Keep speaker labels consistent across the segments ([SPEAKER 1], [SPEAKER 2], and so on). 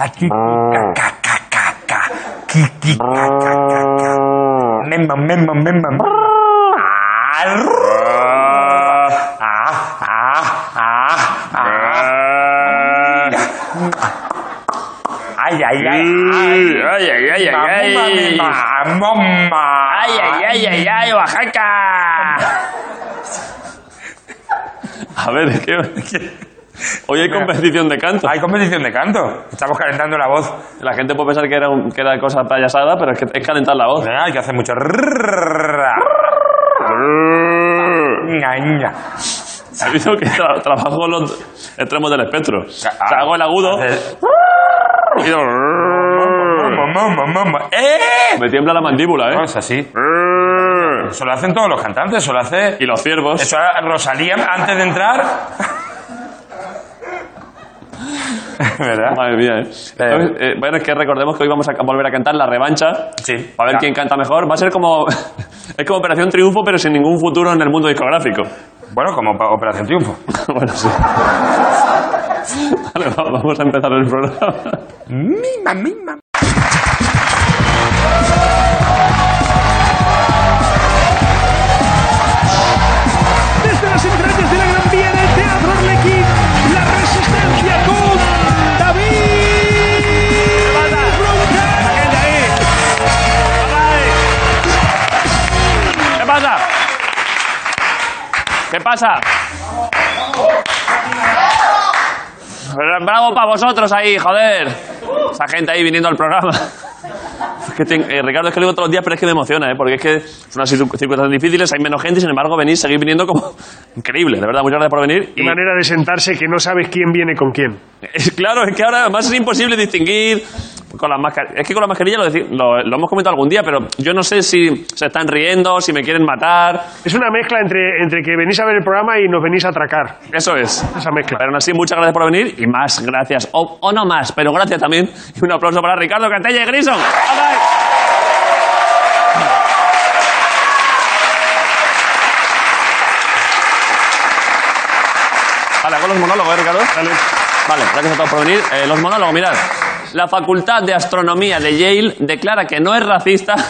[SPEAKER 1] Ah.
[SPEAKER 2] Memo, memo, memo. Ay, ay, ay.
[SPEAKER 1] Ay, ay, ay, ay, ay.
[SPEAKER 2] ay. mamá.
[SPEAKER 1] ¡Ay, ay, ay, ay, ay, Oaxaca! A ver, es que, es que hoy hay competición de canto.
[SPEAKER 2] Hay competición de canto. Estamos calentando la voz.
[SPEAKER 1] La gente puede pensar que era, un- que era cosa payasada, pero es que es calentar la voz.
[SPEAKER 2] Hay que hacer mucho. Ña, ña.
[SPEAKER 1] ¿Has visto que tra- trabajo los extremos del espectro? O sea,
[SPEAKER 2] Ah,
[SPEAKER 1] hago el agudo
[SPEAKER 2] haces-
[SPEAKER 1] y digo,
[SPEAKER 2] Mamá, mamá, mamá. ¡Eh!
[SPEAKER 1] me tiembla la mandíbula,
[SPEAKER 2] No,
[SPEAKER 1] ¿eh?
[SPEAKER 2] es así. Eso lo hacen todos los cantantes. Eso lo hace.
[SPEAKER 1] Y los ciervos.
[SPEAKER 2] Eso a Rosalía antes de entrar. ¿Verdad?
[SPEAKER 1] Madre mía, ¿eh? Entonces, eh, bueno, es que recordemos que hoy vamos a volver a cantar la revancha.
[SPEAKER 2] Sí.
[SPEAKER 1] Para ver
[SPEAKER 2] Ya.
[SPEAKER 1] quién canta mejor. Va a ser como. Es como Operación Triunfo, pero sin ningún futuro en el mundo discográfico.
[SPEAKER 2] Bueno, como pa- Operación Triunfo.
[SPEAKER 1] Bueno, sí. Vale, va- vamos a empezar el programa.
[SPEAKER 2] Mima, mima.
[SPEAKER 3] desde las entrañas de la Gran Vía del Teatro Arlequín, la resistencia con David Roncal.
[SPEAKER 1] ¿Qué pasa? ¿Qué pasa? Bravo para vosotros ahí, joder. Esa gente ahí viniendo al programa. Es que te- eh, Ricardo, es que lo digo todos los días, pero es que me emociona, ¿eh? porque es que son unas circun- circunstancias difíciles, hay menos gente, y sin embargo venís, seguís viniendo como increíble, de verdad, muchas gracias por venir.
[SPEAKER 3] Qué
[SPEAKER 1] Y-
[SPEAKER 3] manera de sentarse que no sabes quién viene con quién.
[SPEAKER 1] es- claro, es que ahora además es imposible distinguir con las mascarillas. Es que con las mascarillas lo, deci- lo- lo hemos comentado algún día, pero yo no sé si se están riendo, si me quieren matar.
[SPEAKER 3] Es una mezcla entre, entre que venís a ver el programa y nos venís a atracar.
[SPEAKER 1] Eso es.
[SPEAKER 3] Esa mezcla.
[SPEAKER 1] Pero aún así, muchas gracias por venir y más gracias. O, o no más, pero gracias también. Y un aplauso para Ricardo Cantella y Grison. Vale, hago los monólogos, ¿eh, Ricardo? Vale, gracias a todos por venir. Eh, los monólogos, mirad. La Facultad de Astronomía de Yale declara que no es racista.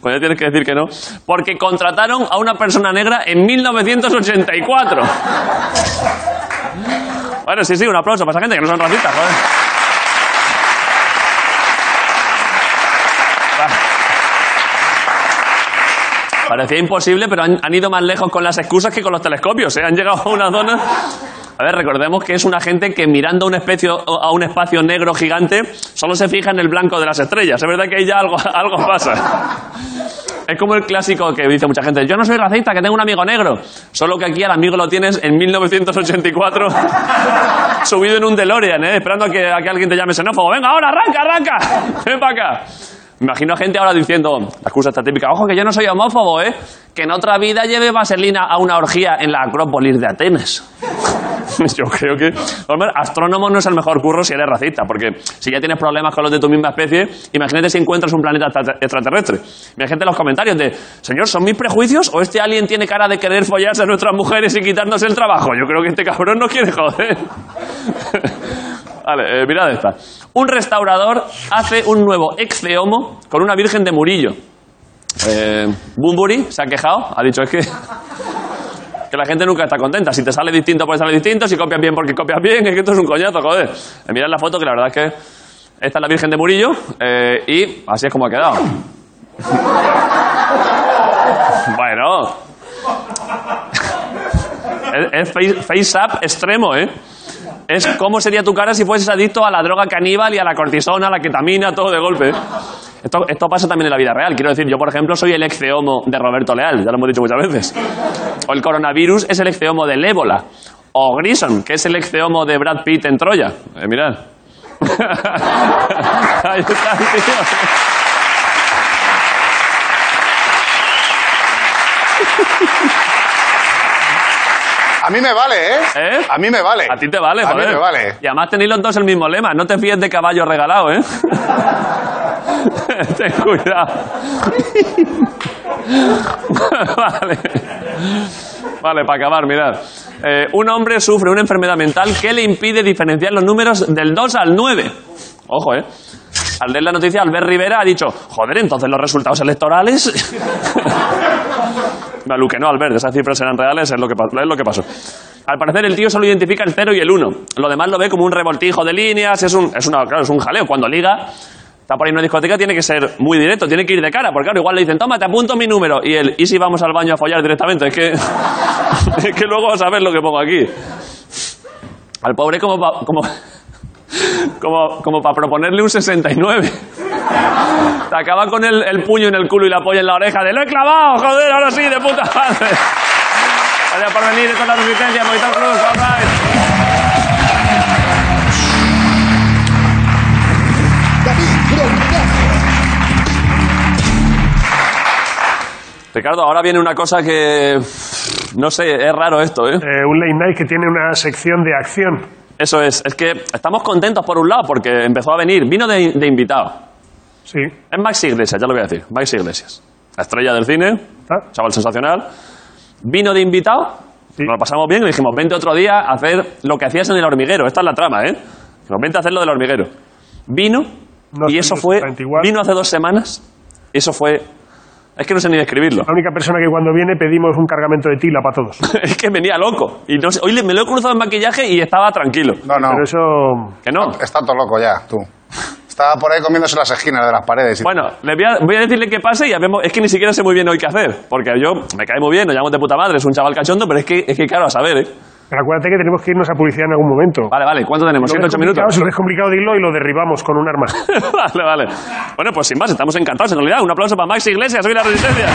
[SPEAKER 1] Pues ya tienes que decir que no. Porque contrataron a una persona negra en 1984. Bueno, sí, sí, un aplauso para esa gente que no son racistas, joder. Va. Parecía imposible, pero han, han ido más lejos con las excusas que con los telescopios. ¿eh? Han llegado a una zona. A ver, recordemos que es una gente que mirando a un, especio- a un espacio negro gigante solo se fija en el blanco de las estrellas. Es verdad que ahí ya algo, algo pasa. Es como el clásico que dice mucha gente: Yo no soy racista, que tengo un amigo negro. Solo que aquí al amigo lo tienes en 1984, subido en un DeLorean, ¿eh? esperando a que, a que alguien te llame xenófobo. Venga, ahora, arranca, arranca. Ven para acá. Me imagino a gente ahora diciendo, la excusa está típica, ojo que yo no soy homófobo, ¿eh? Que en otra vida lleve vaselina a una orgía en la Acrópolis de Atenas. Yo creo que. Hombre, astrónomo no es el mejor curro si eres racista, porque si ya tienes problemas con los de tu misma especie, imagínate si encuentras un planeta extra- extraterrestre. Imagínate los comentarios de, señor, ¿son mis prejuicios o este alien tiene cara de querer follarse a nuestras mujeres y quitarnos el trabajo? Yo creo que este cabrón no quiere joder. Vale, eh, mirad esta. Un restaurador hace un nuevo exceomo con una virgen de Murillo. Eh, Bumburi se ha quejado, ha dicho es que que la gente nunca está contenta. Si te sale distinto, pues sale distinto. Si copias bien, porque copias bien. Es que esto es un coñazo, joder. Eh, Mirad la foto, que la verdad es que esta es la Virgen de Murillo. eh, y así es como ha quedado. bueno. es, es face, face up extremo, ¿eh? Es cómo sería tu cara si fueses adicto a la droga caníbal y a la cortisona, a la ketamina, todo de golpe. Esto, esto pasa también en la vida real. Quiero decir, yo, por ejemplo, soy el exceomo de Roberto Leal, ya lo hemos dicho muchas veces. O el coronavirus es el exceomo del ébola. O Grison, que es el exceomo de Brad Pitt en Troya. Eh, mirad. Ahí está, tío.
[SPEAKER 4] A mí me vale, ¿eh?
[SPEAKER 1] ¿Eh?
[SPEAKER 4] A mí me vale.
[SPEAKER 1] A ti te vale,
[SPEAKER 4] A mí
[SPEAKER 1] joder.
[SPEAKER 4] me vale.
[SPEAKER 1] Y además tenéis los dos el mismo lema. No te fíes de caballo regalado, ¿eh? Ten cuidado. vale. Vale, para acabar, mirad. Eh, un hombre sufre una enfermedad mental que le impide diferenciar los números del 2 al 9. Ojo, ¿eh? Al leer la noticia, Albert Rivera ha dicho, joder, entonces los resultados electorales... Maluque, no, Albert, esas cifras eran reales, es lo, que, pa- es lo que pasó. Al parecer el tío solo identifica el 0 y el 1. Lo demás lo ve como un revoltijo de líneas, es un, es una, claro, es un jaleo. Cuando liga, está por ahí en una discoteca, tiene que ser muy directo, tiene que ir de cara, porque claro, igual le dicen, toma, te apunto mi número. Y él, ¿y si vamos al baño a follar directamente? Es que, es que luego vas a ver lo que pongo aquí. Al pobre como pa- como, como, como para proponerle un 69. Te acaba con el, el puño en el culo y la polla en la oreja de lo he clavado, joder, ahora sí, de puta madre. Gracias por venir con la resistencia, Movistar Plus, all right. Ricardo, ahora viene una cosa que. No sé, es raro esto, ¿eh?
[SPEAKER 5] Eh, un late night que tiene una sección de acción.
[SPEAKER 1] Eso es, es que estamos contentos por un lado porque empezó a venir, vino de, de invitado.
[SPEAKER 5] Sí.
[SPEAKER 1] Es Max Iglesias, ya lo voy a decir, Max Iglesias. La estrella del cine,
[SPEAKER 5] Ah.
[SPEAKER 1] chaval sensacional. Vino de invitado,
[SPEAKER 5] Sí.
[SPEAKER 1] nos lo pasamos bien y le dijimos, vente otro día a hacer lo que hacías en el hormiguero. Esta es la trama, ¿eh? Nos vente a hacer lo del hormiguero. Vino,
[SPEAKER 5] No
[SPEAKER 1] y
[SPEAKER 5] sé,
[SPEAKER 1] eso
[SPEAKER 5] no
[SPEAKER 1] fue,
[SPEAKER 5] exactamente igual.
[SPEAKER 1] vino hace dos semanas, y eso fue... Es que no sé ni describirlo.
[SPEAKER 5] La única persona que cuando viene pedimos un cargamento de tila para todos.
[SPEAKER 1] es que venía loco. Y no sé- hoy le- me lo he cruzado en maquillaje y estaba tranquilo.
[SPEAKER 4] No, no.
[SPEAKER 5] Pero eso.
[SPEAKER 1] Que no.
[SPEAKER 4] Está todo loco ya, tú. Estaba por ahí comiéndose las esquinas de las paredes. y-
[SPEAKER 1] Bueno, le voy, a, voy a decirle que pase y ya vemos. Es que ni siquiera sé muy bien hoy qué hacer. Porque yo me cae muy bien, nos llamamos de puta madre, es un chaval cachondo, pero es que, es que claro, a saber, ¿eh?
[SPEAKER 5] Pero acuérdate que tenemos que irnos a publicidad en algún momento.
[SPEAKER 1] Vale, vale, ¿cuánto tenemos?
[SPEAKER 5] Lo
[SPEAKER 1] ¿Siete,
[SPEAKER 5] ves
[SPEAKER 1] ocho
[SPEAKER 5] complicado,
[SPEAKER 1] minutos?
[SPEAKER 5] Si lo ves complicado, dilo y lo derribamos con un arma.
[SPEAKER 1] vale, vale. Bueno, pues sin más, estamos encantados en realidad. Un aplauso para Max Iglesias, soy la Resistencia.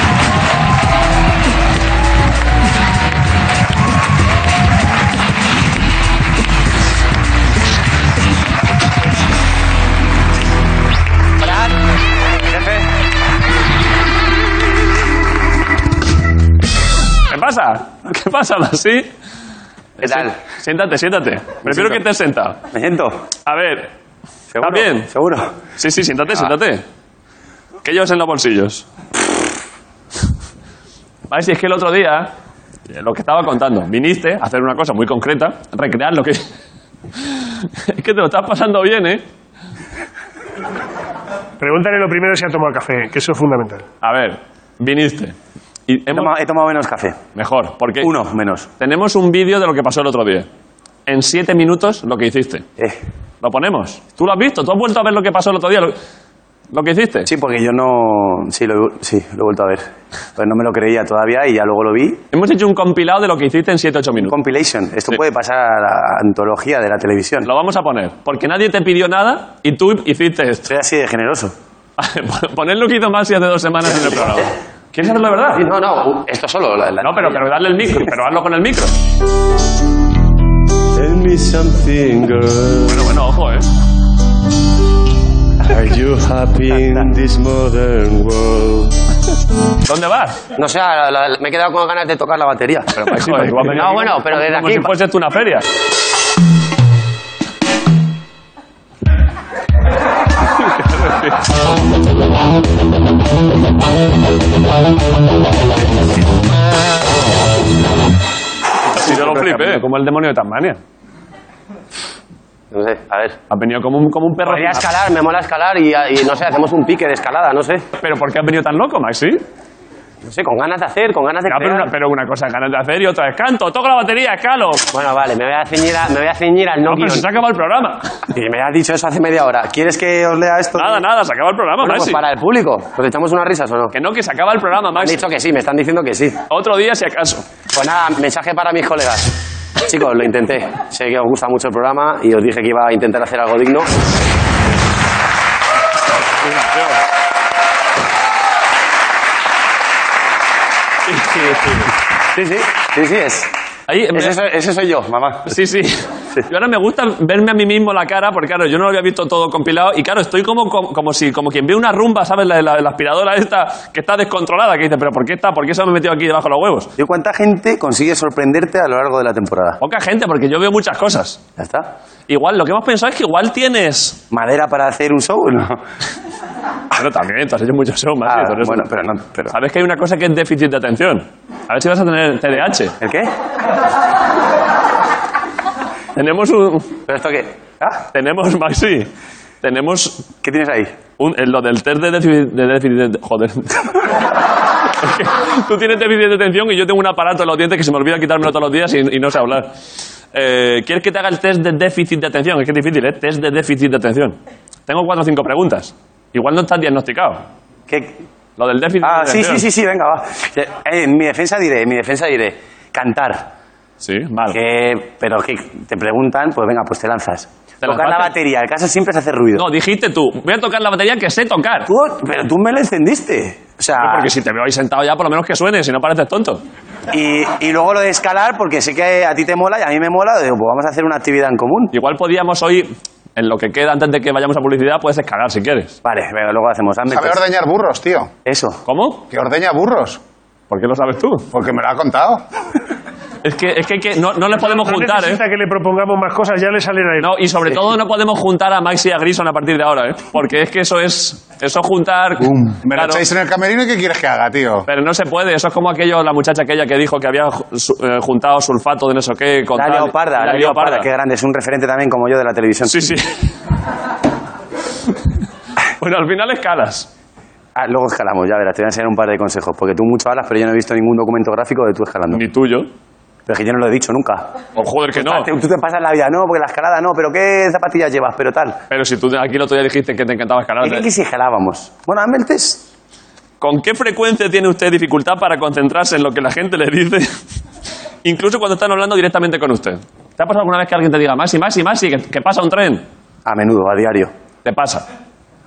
[SPEAKER 1] ¿Qué pasa? ¿Qué pasa, Maxi?
[SPEAKER 6] ¿Qué tal?
[SPEAKER 1] Siéntate, siéntate. Prefiero
[SPEAKER 6] siento.
[SPEAKER 1] que te senta.
[SPEAKER 6] Me siento.
[SPEAKER 1] A ver,
[SPEAKER 6] ¿Seguro?
[SPEAKER 1] bien?
[SPEAKER 6] Seguro.
[SPEAKER 1] Sí, sí, siéntate, siéntate. Que llevas en los bolsillos? Vale, si es que el otro día, eh, lo que estaba contando, viniste a hacer una cosa muy concreta, recrear lo que... Es que te lo estás pasando bien, ¿eh?
[SPEAKER 5] Pregúntale lo primero si ha tomado café, que eso es fundamental.
[SPEAKER 1] A ver, viniste. Y
[SPEAKER 6] He
[SPEAKER 1] hemos-
[SPEAKER 6] tomado, he tomado menos café.
[SPEAKER 1] Mejor, porque
[SPEAKER 6] Uno menos.
[SPEAKER 1] tenemos un vídeo de lo que pasó el otro día. En siete minutos, lo que hiciste.
[SPEAKER 6] Eh,
[SPEAKER 1] ¿Lo ponemos? ¿Tú lo has visto? ¿Tú has vuelto a ver lo que pasó el otro día? ¿Lo, lo que hiciste?
[SPEAKER 6] sí, porque yo no. Sí lo, he- sí, lo he vuelto a ver. Pues no me lo creía todavía y ya luego lo vi.
[SPEAKER 1] Hemos hecho un compilado de lo que hiciste en siete, ocho minutos.
[SPEAKER 6] Compilation. Esto
[SPEAKER 1] Sí.
[SPEAKER 6] puede pasar a la antología de la televisión.
[SPEAKER 1] Lo vamos a poner, porque nadie te pidió nada y tú hiciste esto.
[SPEAKER 6] Soy así de generoso.
[SPEAKER 1] Poner lo que hizo Masi hace dos semanas en el programa. ¿Quieres hacerlo de verdad?
[SPEAKER 7] No, no, esto solo. La, la-
[SPEAKER 1] No, pero, pero darle el micro, pero hazlo con el micro.
[SPEAKER 8] Tell me something, girl.
[SPEAKER 1] Bueno, bueno, ojo, ¿eh?
[SPEAKER 8] Are you happy in this modern world?
[SPEAKER 1] ¿Dónde vas?
[SPEAKER 7] No sé, la- la- me he quedado con ganas de tocar la batería.
[SPEAKER 1] Joder, tú has venido
[SPEAKER 7] No,
[SPEAKER 1] aquí
[SPEAKER 7] bueno,
[SPEAKER 1] como-
[SPEAKER 7] pero desde
[SPEAKER 1] como
[SPEAKER 7] aquí-
[SPEAKER 1] si fuese tú una feria. Si yo lo flipé, ¿eh? como el demonio de Tasmania.
[SPEAKER 7] No sé, a ver.
[SPEAKER 1] Has venido como un, como un perro.
[SPEAKER 7] Podría escalar, me mola escalar y, y no sé, hacemos un pique de escalada, no sé.
[SPEAKER 1] Pero ¿por qué has venido tan loco, Maxi?
[SPEAKER 7] No sé, con ganas de hacer, con ganas de.
[SPEAKER 1] Ya, pero,
[SPEAKER 7] crear.
[SPEAKER 1] una, pero una cosa es ganas de hacer y otra es canto. Toca la batería, escalo.
[SPEAKER 7] Bueno, vale, me voy a ceñir, a- me voy a ceñir al no,
[SPEAKER 1] No, pero
[SPEAKER 7] guión.
[SPEAKER 1] si se ha acabado el programa.
[SPEAKER 6] Y me has dicho eso hace media hora. ¿Quieres que os lea esto?
[SPEAKER 1] Nada, nada, se acaba el programa,
[SPEAKER 7] Bueno,
[SPEAKER 1] Maxi.
[SPEAKER 7] pues para el público. ¿Nos echamos unas risas o no?
[SPEAKER 1] Que no, que se acaba el programa,
[SPEAKER 7] Han
[SPEAKER 1] Maxi.
[SPEAKER 7] dicho que sí, me están diciendo que sí.
[SPEAKER 1] Otro día, si acaso.
[SPEAKER 7] Pues nada, mensaje para mis colegas. Chicos, lo intenté. Sé que os gusta mucho el programa y os dije que iba a intentar hacer algo digno.
[SPEAKER 6] Sí, sí. Sí, sí, es.
[SPEAKER 1] Ahí,
[SPEAKER 6] Ese, soy- ese soy yo, mamá.
[SPEAKER 1] Sí, sí. Yo ahora me gusta verme a mí mismo la cara, porque claro, yo no lo había visto todo compilado. Y claro, estoy como, como, como si, como quien ve una rumba, ¿sabes? La, la- la aspiradora esta que está descontrolada, que dice, pero ¿por qué está? ¿Por qué se me ha metido aquí debajo de los huevos?
[SPEAKER 6] Tío, ¿Cuánta gente consigue sorprenderte a lo largo de la temporada?
[SPEAKER 1] Poca gente, porque yo veo muchas cosas.
[SPEAKER 6] ¿Ya está?
[SPEAKER 1] Igual, lo que hemos pensado es que igual tienes.
[SPEAKER 6] ¿Madera para hacer un show? No.
[SPEAKER 1] Ah, Bueno, también, tú has hecho mucho show más.
[SPEAKER 6] Ah,
[SPEAKER 1] y tú eres
[SPEAKER 6] bueno,
[SPEAKER 1] un-
[SPEAKER 6] pero no. Pero...
[SPEAKER 1] Sabes que hay una cosa que es déficit de atención. A ver si vas a tener TDAH.
[SPEAKER 6] ¿El qué?
[SPEAKER 1] Tenemos un.
[SPEAKER 6] ¿Pero esto qué? ¿Ah?
[SPEAKER 1] Tenemos, Maxi. Tenemos
[SPEAKER 6] ¿Qué tienes ahí?
[SPEAKER 1] un- eh, lo del test de déficit de. déficit de- joder. Es que Tú tienes déficit de atención y yo tengo un aparato en los dientes que se me olvida quitármelo todos los días y, y no sé hablar. Eh, ¿Quieres que te haga el test de déficit de atención? Es que es difícil, ¿eh? Test de déficit de atención. Tengo cuatro o cinco preguntas. Igual no estás diagnosticado.
[SPEAKER 6] ¿Qué?
[SPEAKER 1] Lo del déficit
[SPEAKER 6] Ah,
[SPEAKER 1] de
[SPEAKER 6] sí, sí,
[SPEAKER 1] atención.
[SPEAKER 6] sí, sí, venga, va. Eh, en mi defensa diré, en mi defensa diré, cantar.
[SPEAKER 1] Sí, mal.
[SPEAKER 6] Que, pero que te preguntan, pues venga, pues te lanzas.
[SPEAKER 1] ¿Te
[SPEAKER 6] Tocar la
[SPEAKER 1] lanzaste?
[SPEAKER 6] batería, el caso siempre es hacer ruido.
[SPEAKER 1] No, dijiste tú, voy a tocar la batería que sé tocar.
[SPEAKER 6] Tú, pero tú me lo encendiste. O sea,
[SPEAKER 1] No, Porque si te veo ahí sentado ya, por lo menos que suene, si no pareces tonto.
[SPEAKER 6] y, y luego lo de escalar, porque sé que a ti te mola y a mí me mola, digo, pues vamos a hacer una actividad en común.
[SPEAKER 1] Igual podíamos hoy, en lo que queda antes de que vayamos a publicidad, puedes escalar si quieres.
[SPEAKER 6] Vale, venga, luego hacemos. hazme
[SPEAKER 4] Sabe
[SPEAKER 6] test.
[SPEAKER 4] ordeñar burros, tío.
[SPEAKER 6] Eso.
[SPEAKER 1] ¿Cómo?
[SPEAKER 4] Que ordeña burros.
[SPEAKER 1] ¿Por qué lo sabes tú?
[SPEAKER 4] Porque me lo ha contado.
[SPEAKER 1] Es que, es que, hay que- no, no les podemos
[SPEAKER 5] No
[SPEAKER 1] juntar, ¿eh?
[SPEAKER 5] necesita que le propongamos más cosas, ya le salen a él.
[SPEAKER 1] No, y sobre todo no podemos juntar a Maxi y a Grison a partir de ahora, ¿eh? Porque es que eso es. Eso es juntar.
[SPEAKER 4] Me lo
[SPEAKER 1] Claro,
[SPEAKER 4] echáis en el camerino y ¿qué quieres que haga, tío?
[SPEAKER 1] pero no se puede. Eso es como aquello, la muchacha aquella que dijo que había ju- su- eh, juntado sulfato de no sé qué con.
[SPEAKER 6] La
[SPEAKER 1] tal-
[SPEAKER 6] leoparda, la leoparda, qué grande, es un referente también como yo de la televisión.
[SPEAKER 1] Sí, sí. bueno, al final escalas.
[SPEAKER 6] Ah, luego escalamos, ya verás, te voy a enseñar un par de consejos, porque tú mucho hablas, pero yo no he visto ningún documento gráfico de tú escalando.
[SPEAKER 1] Ni tuyo.
[SPEAKER 6] Pero es que yo no lo he dicho nunca.
[SPEAKER 1] O joder que no.
[SPEAKER 6] Ah, te- Tú te pasas la vida, no, porque la escalada no, pero ¿qué zapatillas llevas? Pero tal.
[SPEAKER 1] Pero si tú aquí el otro día dijiste que te encantaba escalar. ¿eh?
[SPEAKER 6] Dije que si escalábamos. Bueno, hazme el test.
[SPEAKER 1] ¿Con qué frecuencia tiene usted dificultad para concentrarse en lo que la gente le dice? Incluso cuando están hablando directamente con usted. ¿Te ha pasado alguna vez que alguien te diga más y más y más y que, que pasa un tren?
[SPEAKER 6] A menudo, a diario.
[SPEAKER 1] Te pasa.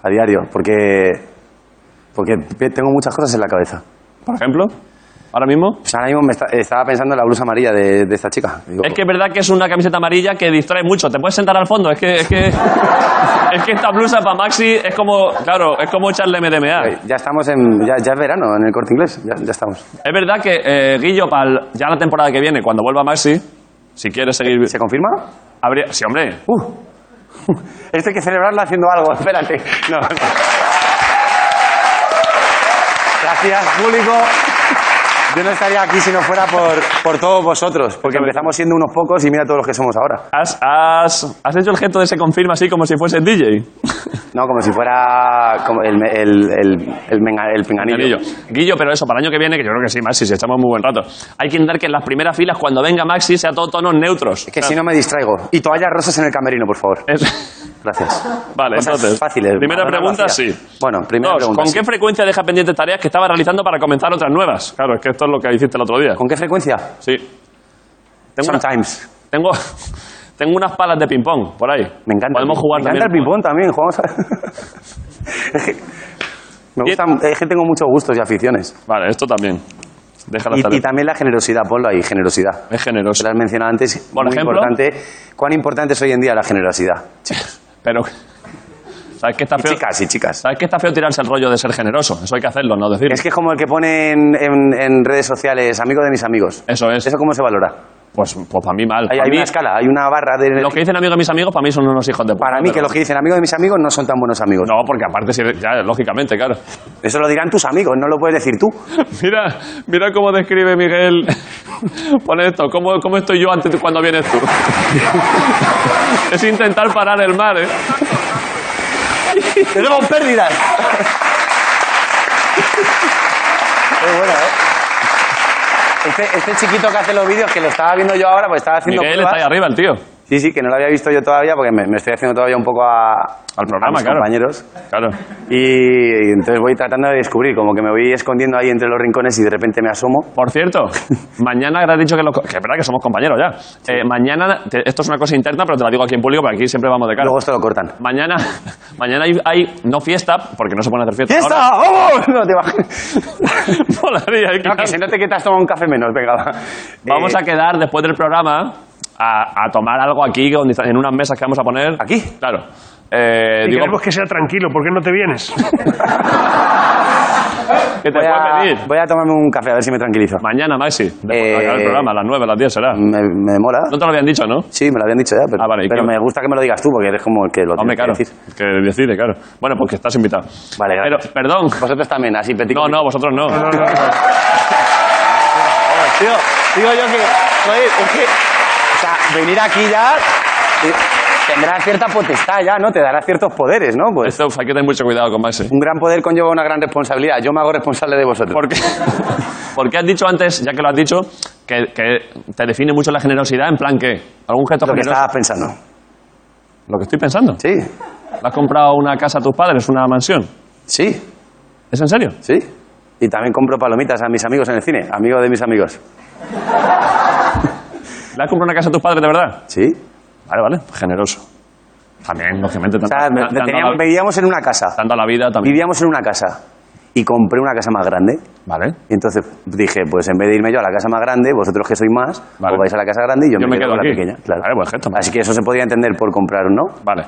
[SPEAKER 6] A diario, porque. Porque tengo muchas cosas en la cabeza.
[SPEAKER 1] Por ejemplo, ahora mismo.
[SPEAKER 6] Pues ahora mismo me está- estaba pensando en la blusa amarilla de, de esta chica. Digo,
[SPEAKER 1] Es que es verdad que es una camiseta amarilla que distrae mucho. Te puedes sentar al fondo. Es que, es que, es que esta blusa para Maxi es como, claro, es como echarle MDMA.
[SPEAKER 6] eh, Ya estamos en. Ya, ya es verano en el corte inglés. Ya, ya estamos.
[SPEAKER 1] Es verdad que, eh, Guillo, para ya la temporada que viene, cuando vuelva Maxi, si quieres seguir...
[SPEAKER 6] ¿Se confirma?
[SPEAKER 1] habría- sí, hombre,
[SPEAKER 6] Esto hay que celebrarlo haciendo algo, espérate. No. Gracias, público. Yo no estaría aquí si no fuera por, por todos vosotros, porque empezamos siendo unos pocos y mira todos los que somos ahora.
[SPEAKER 1] ¿Has, has, has hecho el gesto de se confirma así como si fuese DJ?
[SPEAKER 6] No, como si fuera como el, me- el, el, el, menga- el pinganillo.
[SPEAKER 1] Guillo. Guillo, pero eso, para el año que viene, que yo creo que sí, Maxi, si echamos muy buen rato. Hay que intentar que en las primeras filas, cuando venga Maxi, sea todo tonos neutros.
[SPEAKER 6] Que si no me distraigo. Y toallas rosas en el camerino, por favor.
[SPEAKER 1] Es-
[SPEAKER 6] Gracias.
[SPEAKER 1] Vale,
[SPEAKER 6] Cosas
[SPEAKER 1] entonces.
[SPEAKER 6] fáciles.
[SPEAKER 1] Primera
[SPEAKER 6] Madonna
[SPEAKER 1] pregunta,
[SPEAKER 6] vacía.
[SPEAKER 1] sí.
[SPEAKER 6] Bueno, primera
[SPEAKER 1] Dos,
[SPEAKER 6] pregunta,
[SPEAKER 1] ¿Con
[SPEAKER 6] sí.
[SPEAKER 1] qué frecuencia deja pendientes tareas que estaba realizando para comenzar otras nuevas? Claro, es que esto es lo que hiciste el otro día.
[SPEAKER 6] ¿Con qué frecuencia?
[SPEAKER 1] Sí. Tengo, una-
[SPEAKER 6] Sometimes.
[SPEAKER 1] tengo, tengo unas palas de ping-pong por ahí.
[SPEAKER 6] Me encanta.
[SPEAKER 1] Podemos jugar
[SPEAKER 6] Me encanta
[SPEAKER 1] también.
[SPEAKER 6] el ping-pong también. Jugamos a... Es que Me
[SPEAKER 1] Y-
[SPEAKER 6] gusta, es que tengo muchos gustos y aficiones.
[SPEAKER 1] Vale, esto también. Deja la
[SPEAKER 6] Y,
[SPEAKER 1] tarea.
[SPEAKER 6] y también la generosidad, ponlo ahí, generosidad.
[SPEAKER 1] Es generoso.
[SPEAKER 6] Lo has mencionado antes,
[SPEAKER 1] Por
[SPEAKER 6] muy
[SPEAKER 1] ejemplo.
[SPEAKER 6] importante. ¿Cuán importante es hoy en día la generosidad? Chicos,
[SPEAKER 1] Pero. ¿Sabes qué está
[SPEAKER 6] y
[SPEAKER 1] feo?
[SPEAKER 6] chicas y chicas.
[SPEAKER 1] ¿Sabes que está feo tirarse el rollo de ser generoso? Eso hay que hacerlo, no decirlo.
[SPEAKER 6] Es que es como el que ponen en, en redes sociales, amigo de mis amigos.
[SPEAKER 1] Eso es.
[SPEAKER 6] ¿Eso cómo se valora?
[SPEAKER 1] Pues, pues para mí mal.
[SPEAKER 6] Hay,
[SPEAKER 1] Para
[SPEAKER 6] hay
[SPEAKER 1] mí,
[SPEAKER 6] una escala, hay una barra de...
[SPEAKER 1] Los que dicen amigos de mis amigos, para mí son unos hijos de puta.
[SPEAKER 6] Para mí, que
[SPEAKER 1] pero-
[SPEAKER 6] los que dicen amigo de mis amigos no son tan buenos amigos.
[SPEAKER 1] No, porque aparte, si- ya, lógicamente, claro.
[SPEAKER 6] Eso lo dirán tus amigos, no lo puedes decir tú.
[SPEAKER 1] Mira, mira cómo describe Miguel. Pone esto, ¿cómo, cómo estoy yo antes de cuando vienes tú? es intentar parar el mar, ¿eh?
[SPEAKER 6] ¡Tenemos pérdidas! Qué bueno, ¿eh? Este, este chiquito que hace los vídeos, que lo estaba viendo yo ahora, pues estaba haciendo
[SPEAKER 1] Miguel está
[SPEAKER 6] pruebas.
[SPEAKER 1] ahí arriba, el tío.
[SPEAKER 6] Sí, sí, que no lo había visto yo todavía porque me, me estoy haciendo todavía un poco a, al
[SPEAKER 1] programa, claro.
[SPEAKER 6] compañeros.
[SPEAKER 1] Claro.
[SPEAKER 6] Y, entonces voy tratando de descubrir, como que me voy escondiendo ahí entre los rincones y de repente me asomo.
[SPEAKER 1] Por cierto, mañana habrás dicho que los... co- Que es verdad que somos compañeros ya. Eh, mañana, te- esto es una cosa interna, pero te la digo aquí en público, porque aquí siempre vamos de cara.
[SPEAKER 6] Luego esto lo cortan.
[SPEAKER 1] Mañana, mañana hay, hay- no fiesta, porque no se pueden hacer fiesta.
[SPEAKER 6] ¡Fiesta!
[SPEAKER 1] ahora.
[SPEAKER 6] ¡Vamos! No te bajes.
[SPEAKER 1] Molaría,
[SPEAKER 6] No,
[SPEAKER 1] claro.
[SPEAKER 6] que se note que te has tomado un café menos, venga. va.
[SPEAKER 1] Vamos
[SPEAKER 6] Eh,
[SPEAKER 1] a quedar después del programa a, a tomar algo aquí, donde está- en unas mesas que vamos a poner.
[SPEAKER 6] ¿Aquí?
[SPEAKER 1] Claro. Eh,
[SPEAKER 5] Y
[SPEAKER 1] digo,
[SPEAKER 5] queremos que sea tranquilo, ¿por qué no te vienes?
[SPEAKER 1] que te
[SPEAKER 6] Voy
[SPEAKER 1] puedes venir.
[SPEAKER 6] a, voy a tomarme un café a ver si me tranquilizo.
[SPEAKER 1] Mañana, Maxi. Después de
[SPEAKER 6] Eh,
[SPEAKER 1] acabar el programa, a las 9, a las 10 será. No
[SPEAKER 6] Me, me mola.
[SPEAKER 1] te lo habían dicho, ¿no?
[SPEAKER 6] Sí, me lo habían dicho ya, pero,
[SPEAKER 1] Ah, vale, ¿y
[SPEAKER 6] pero
[SPEAKER 1] qué?
[SPEAKER 6] me gusta que me lo digas tú porque eres como el que lo
[SPEAKER 1] Hombre, claro.
[SPEAKER 6] tiene que decir.
[SPEAKER 1] Que decide, claro. Bueno, pues que estás invitado.
[SPEAKER 6] Vale, gracias.
[SPEAKER 1] Pero, perdón.
[SPEAKER 7] Vosotros también, así petit.
[SPEAKER 1] No, no, vosotros no.
[SPEAKER 6] Tío, digo yo que. Joder, es que. O sea, venir aquí ya. te- Tendrás cierta potestad ya, ¿no? Te dará ciertos poderes, ¿no? Pues
[SPEAKER 1] Esto, hay que tener mucho cuidado con Maxi.
[SPEAKER 6] un gran poder conlleva una gran responsabilidad. Yo me hago responsable de vosotros.
[SPEAKER 1] Porque, porque has dicho antes, ya que lo has dicho, que, que te define mucho la generosidad, en plan que algún gesto
[SPEAKER 6] lo que
[SPEAKER 1] generoso.
[SPEAKER 6] estabas pensando.
[SPEAKER 1] Lo que estoy pensando.
[SPEAKER 6] Sí,
[SPEAKER 1] ¿Le has comprado una casa a tus padres, una mansión?
[SPEAKER 6] sí,
[SPEAKER 1] ¿Es en serio?
[SPEAKER 6] sí. Y también compro palomitas a mis amigos en el cine. Amigo de mis amigos.
[SPEAKER 1] ¿Le has comprado una casa a tus padres de verdad?
[SPEAKER 6] Sí.
[SPEAKER 1] Vale, vale, generoso. También, lógicamente,
[SPEAKER 6] O
[SPEAKER 1] tanto,
[SPEAKER 6] sea, me-
[SPEAKER 1] tan- tanto
[SPEAKER 6] teníamos-
[SPEAKER 1] la,
[SPEAKER 6] vivíamos en una casa.
[SPEAKER 1] tanto la vida también.
[SPEAKER 6] Vivíamos en una casa. Y compré una casa más grande.
[SPEAKER 1] Vale.
[SPEAKER 6] Y entonces dije, pues en vez de irme yo a la casa más grande, vosotros que sois más,
[SPEAKER 1] Vale.
[SPEAKER 6] os vais a la casa grande y yo, me, quedo, con
[SPEAKER 1] aquí.
[SPEAKER 6] la pequeña. Claro.
[SPEAKER 1] Vale, pues, buen gesto.
[SPEAKER 6] Así que eso se podía entender por comprar un no.
[SPEAKER 1] Vale.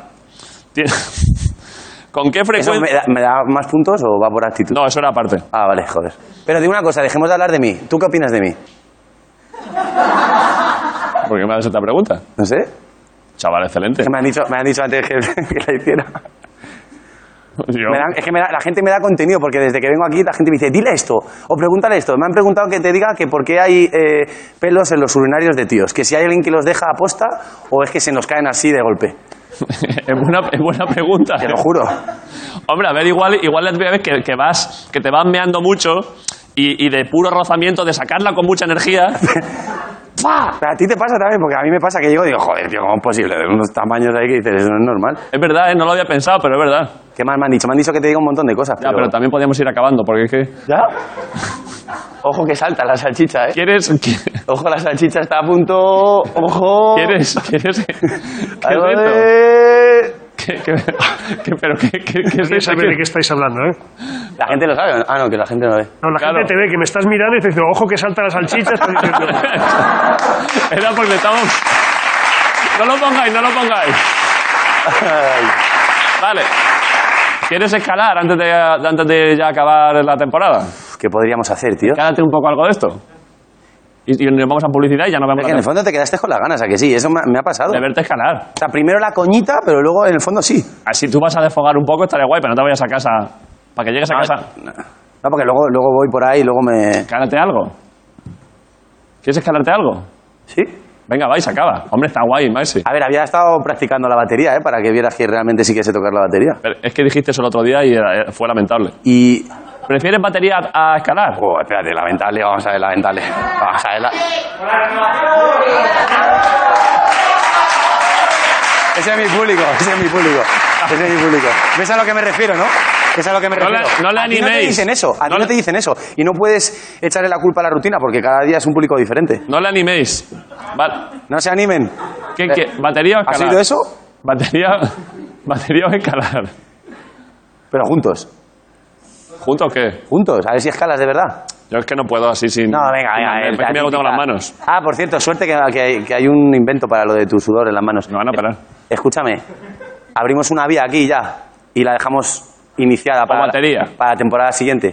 [SPEAKER 1] Tien- ¿Con qué
[SPEAKER 6] ¿Eso me
[SPEAKER 1] frecuencia?
[SPEAKER 6] da, me da más puntos o va por actitud?
[SPEAKER 1] pues- No, eso era aparte.
[SPEAKER 6] Ah, vale, joder. Pero digo una cosa, dejemos de hablar de mí. ¿Tú qué opinas de mí?
[SPEAKER 1] ¿Por qué me haces esta pregunta?
[SPEAKER 6] No sé.
[SPEAKER 1] Chaval, excelente.
[SPEAKER 6] Que me han dicho, me han dicho antes que, que la hiciera.
[SPEAKER 1] Yo-
[SPEAKER 6] Me dan- es que me da- la gente me da contenido porque desde que vengo aquí la gente me dice, dile esto o pregúntale esto. Me han preguntado que te diga que por qué hay eh, pelos en los urinarios de tíos. Que si hay alguien que los deja aposta o es que se nos caen así de golpe.
[SPEAKER 1] es, buena, es buena pregunta. ¿eh?
[SPEAKER 6] Te lo juro.
[SPEAKER 1] Hombre, a ver, igual, igual la primera vez que, que vas, que te vas meando mucho y, y de puro rozamiento, de sacarla con mucha energía. ¡pa!
[SPEAKER 6] A ti te pasa también, porque a mí me pasa que llego y digo, joder, tío, ¿cómo es posible? De unos tamaños ahí que dices, eso no es normal.
[SPEAKER 1] Es verdad, ¿eh? no lo había pensado, pero es verdad.
[SPEAKER 6] ¿Qué más me han dicho? Me han dicho que te diga un montón de cosas.
[SPEAKER 1] Ya, pero también podríamos ir acabando, porque es que.
[SPEAKER 6] ¿Ya?
[SPEAKER 7] Ojo que salta la salchicha, ¿eh?
[SPEAKER 1] ¿Quieres, qui-
[SPEAKER 7] Ojo, la salchicha está a punto. Ojo.
[SPEAKER 1] ¿Quieres, quieres, qué
[SPEAKER 7] Algo
[SPEAKER 1] reto?
[SPEAKER 7] de-
[SPEAKER 1] ¿Qué, qué- qué- pero qué, qué- qué es
[SPEAKER 5] Quiero
[SPEAKER 1] esto?
[SPEAKER 5] saber de qué estáis hablando, ¿eh?
[SPEAKER 6] La gente lo sabe. Ah, no, que la gente no ve.
[SPEAKER 5] No, la
[SPEAKER 1] Claro.
[SPEAKER 5] gente te ve que me estás mirando y te dice, ojo que salta la salchicha. estás diciendo,
[SPEAKER 1] Era porque estamos. No lo pongáis, no lo pongáis. Vale. ¿Quieres escalar antes de, de antes de ya acabar la temporada?
[SPEAKER 6] ¿Qué podríamos hacer, tío?
[SPEAKER 1] Escálate un poco algo de esto. Y, y nos vamos a publicidad y ya nos vemos.
[SPEAKER 6] Es que
[SPEAKER 1] la
[SPEAKER 6] en el
[SPEAKER 1] tem-
[SPEAKER 6] fondo te quedaste con las ganas, ¿a que sí? Eso me, me ha pasado.
[SPEAKER 1] De verte escalar.
[SPEAKER 6] O sea, primero la coñita, pero luego en el fondo sí.
[SPEAKER 1] Así tú vas a desfogar un poco, estaría guay, pero no te vayas a casa. Para que llegues a casa,
[SPEAKER 6] No, porque luego, luego voy por ahí y luego me...
[SPEAKER 1] escálate algo. ¿Quieres escalarte algo?
[SPEAKER 6] ¿Sí?
[SPEAKER 1] Venga, vais, acaba. Hombre, está guay, Maxi.
[SPEAKER 6] A ver, había estado practicando la batería, ¿eh? Para que vieras que realmente sí que sé tocar la batería.
[SPEAKER 1] Pero es que dijiste eso el otro día y era- eh, fue lamentable.
[SPEAKER 6] Y...
[SPEAKER 1] ¿Prefieres batería a escalar?
[SPEAKER 6] Oh, espérate, lamentable, vamos a ver, lamentable. Vamos a ver, la... Ese es mi público, ese es mi público. Ese es mi público. ¿Ves a lo que me refiero, no? ¿Ves a lo que me
[SPEAKER 1] No le-
[SPEAKER 6] refiero?
[SPEAKER 1] no le
[SPEAKER 6] A ti No te
[SPEAKER 1] animéis.
[SPEAKER 6] dicen eso, a
[SPEAKER 1] No
[SPEAKER 6] ti no,
[SPEAKER 1] le-
[SPEAKER 6] te dicen eso. Y no puedes echarle la culpa a la rutina porque cada día es un público diferente.
[SPEAKER 1] No le animéis. Va-
[SPEAKER 6] No se animen.
[SPEAKER 1] ¿Qué, qué? batería o
[SPEAKER 6] ¿Ha
[SPEAKER 1] escalar?
[SPEAKER 6] sido eso?
[SPEAKER 1] Batería, batería o escalar.
[SPEAKER 6] Pero juntos,
[SPEAKER 1] ¿Juntos o qué?
[SPEAKER 6] juntos, a ver si escalas de verdad.
[SPEAKER 1] Yo es que no puedo así sin.
[SPEAKER 6] No, venga, venga.
[SPEAKER 1] sin-
[SPEAKER 6] el-
[SPEAKER 1] es que me
[SPEAKER 6] la
[SPEAKER 1] agotan
[SPEAKER 6] típica-
[SPEAKER 1] las manos.
[SPEAKER 6] Ah, por cierto, suerte que, que hay, que hay un invento para lo de tu sudor en las manos.
[SPEAKER 1] Me van a operar.
[SPEAKER 6] Escúchame, abrimos una vía aquí ya y la dejamos iniciada para,
[SPEAKER 1] batería.
[SPEAKER 6] para la temporada siguiente.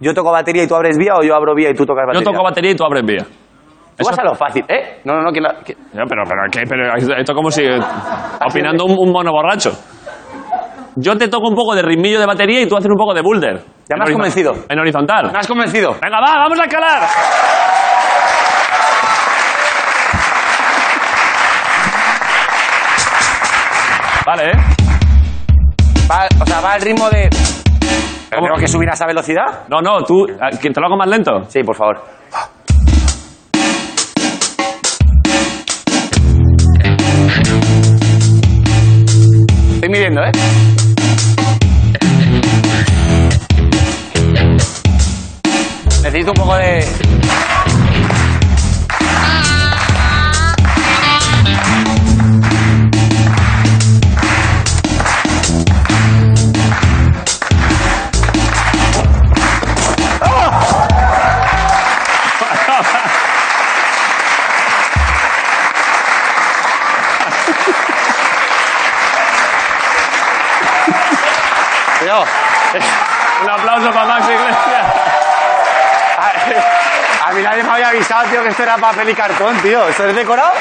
[SPEAKER 6] ¿Yo toco batería y tú abres vía o yo abro vía y tú tocas
[SPEAKER 1] Yo
[SPEAKER 6] batería?
[SPEAKER 1] toco batería y tú abres vía.
[SPEAKER 6] Tú vas a lo fácil, ¿eh? No, no, no, que la- que-
[SPEAKER 1] Ya, pero, pero, ¿qué? pero esto como si. Opinando un, un mono borracho. Yo te toco un poco de ritmillo de batería y tú haces un poco de boulder.
[SPEAKER 6] Ya me
[SPEAKER 1] En
[SPEAKER 6] has
[SPEAKER 1] horizon-
[SPEAKER 6] convencido.
[SPEAKER 1] En horizontal.
[SPEAKER 6] ¿Me has convencido?
[SPEAKER 1] Venga, va, vamos a escalar. Vale, ¿eh?
[SPEAKER 6] Va- o sea, va al ritmo de... ¿Pero ¿Tengo que subir a esa velocidad?
[SPEAKER 1] No, no, tú, ah, que te lo hago más lento.
[SPEAKER 6] Sí, por favor. Estoy midiendo, ¿eh? Necesito un poco de...
[SPEAKER 7] Cuidado.
[SPEAKER 1] Un aplauso para Max Iglesias.
[SPEAKER 7] A mí nadie me había avisado, tío, que esto era papel y cartón, tío. ¿Esto es decorado?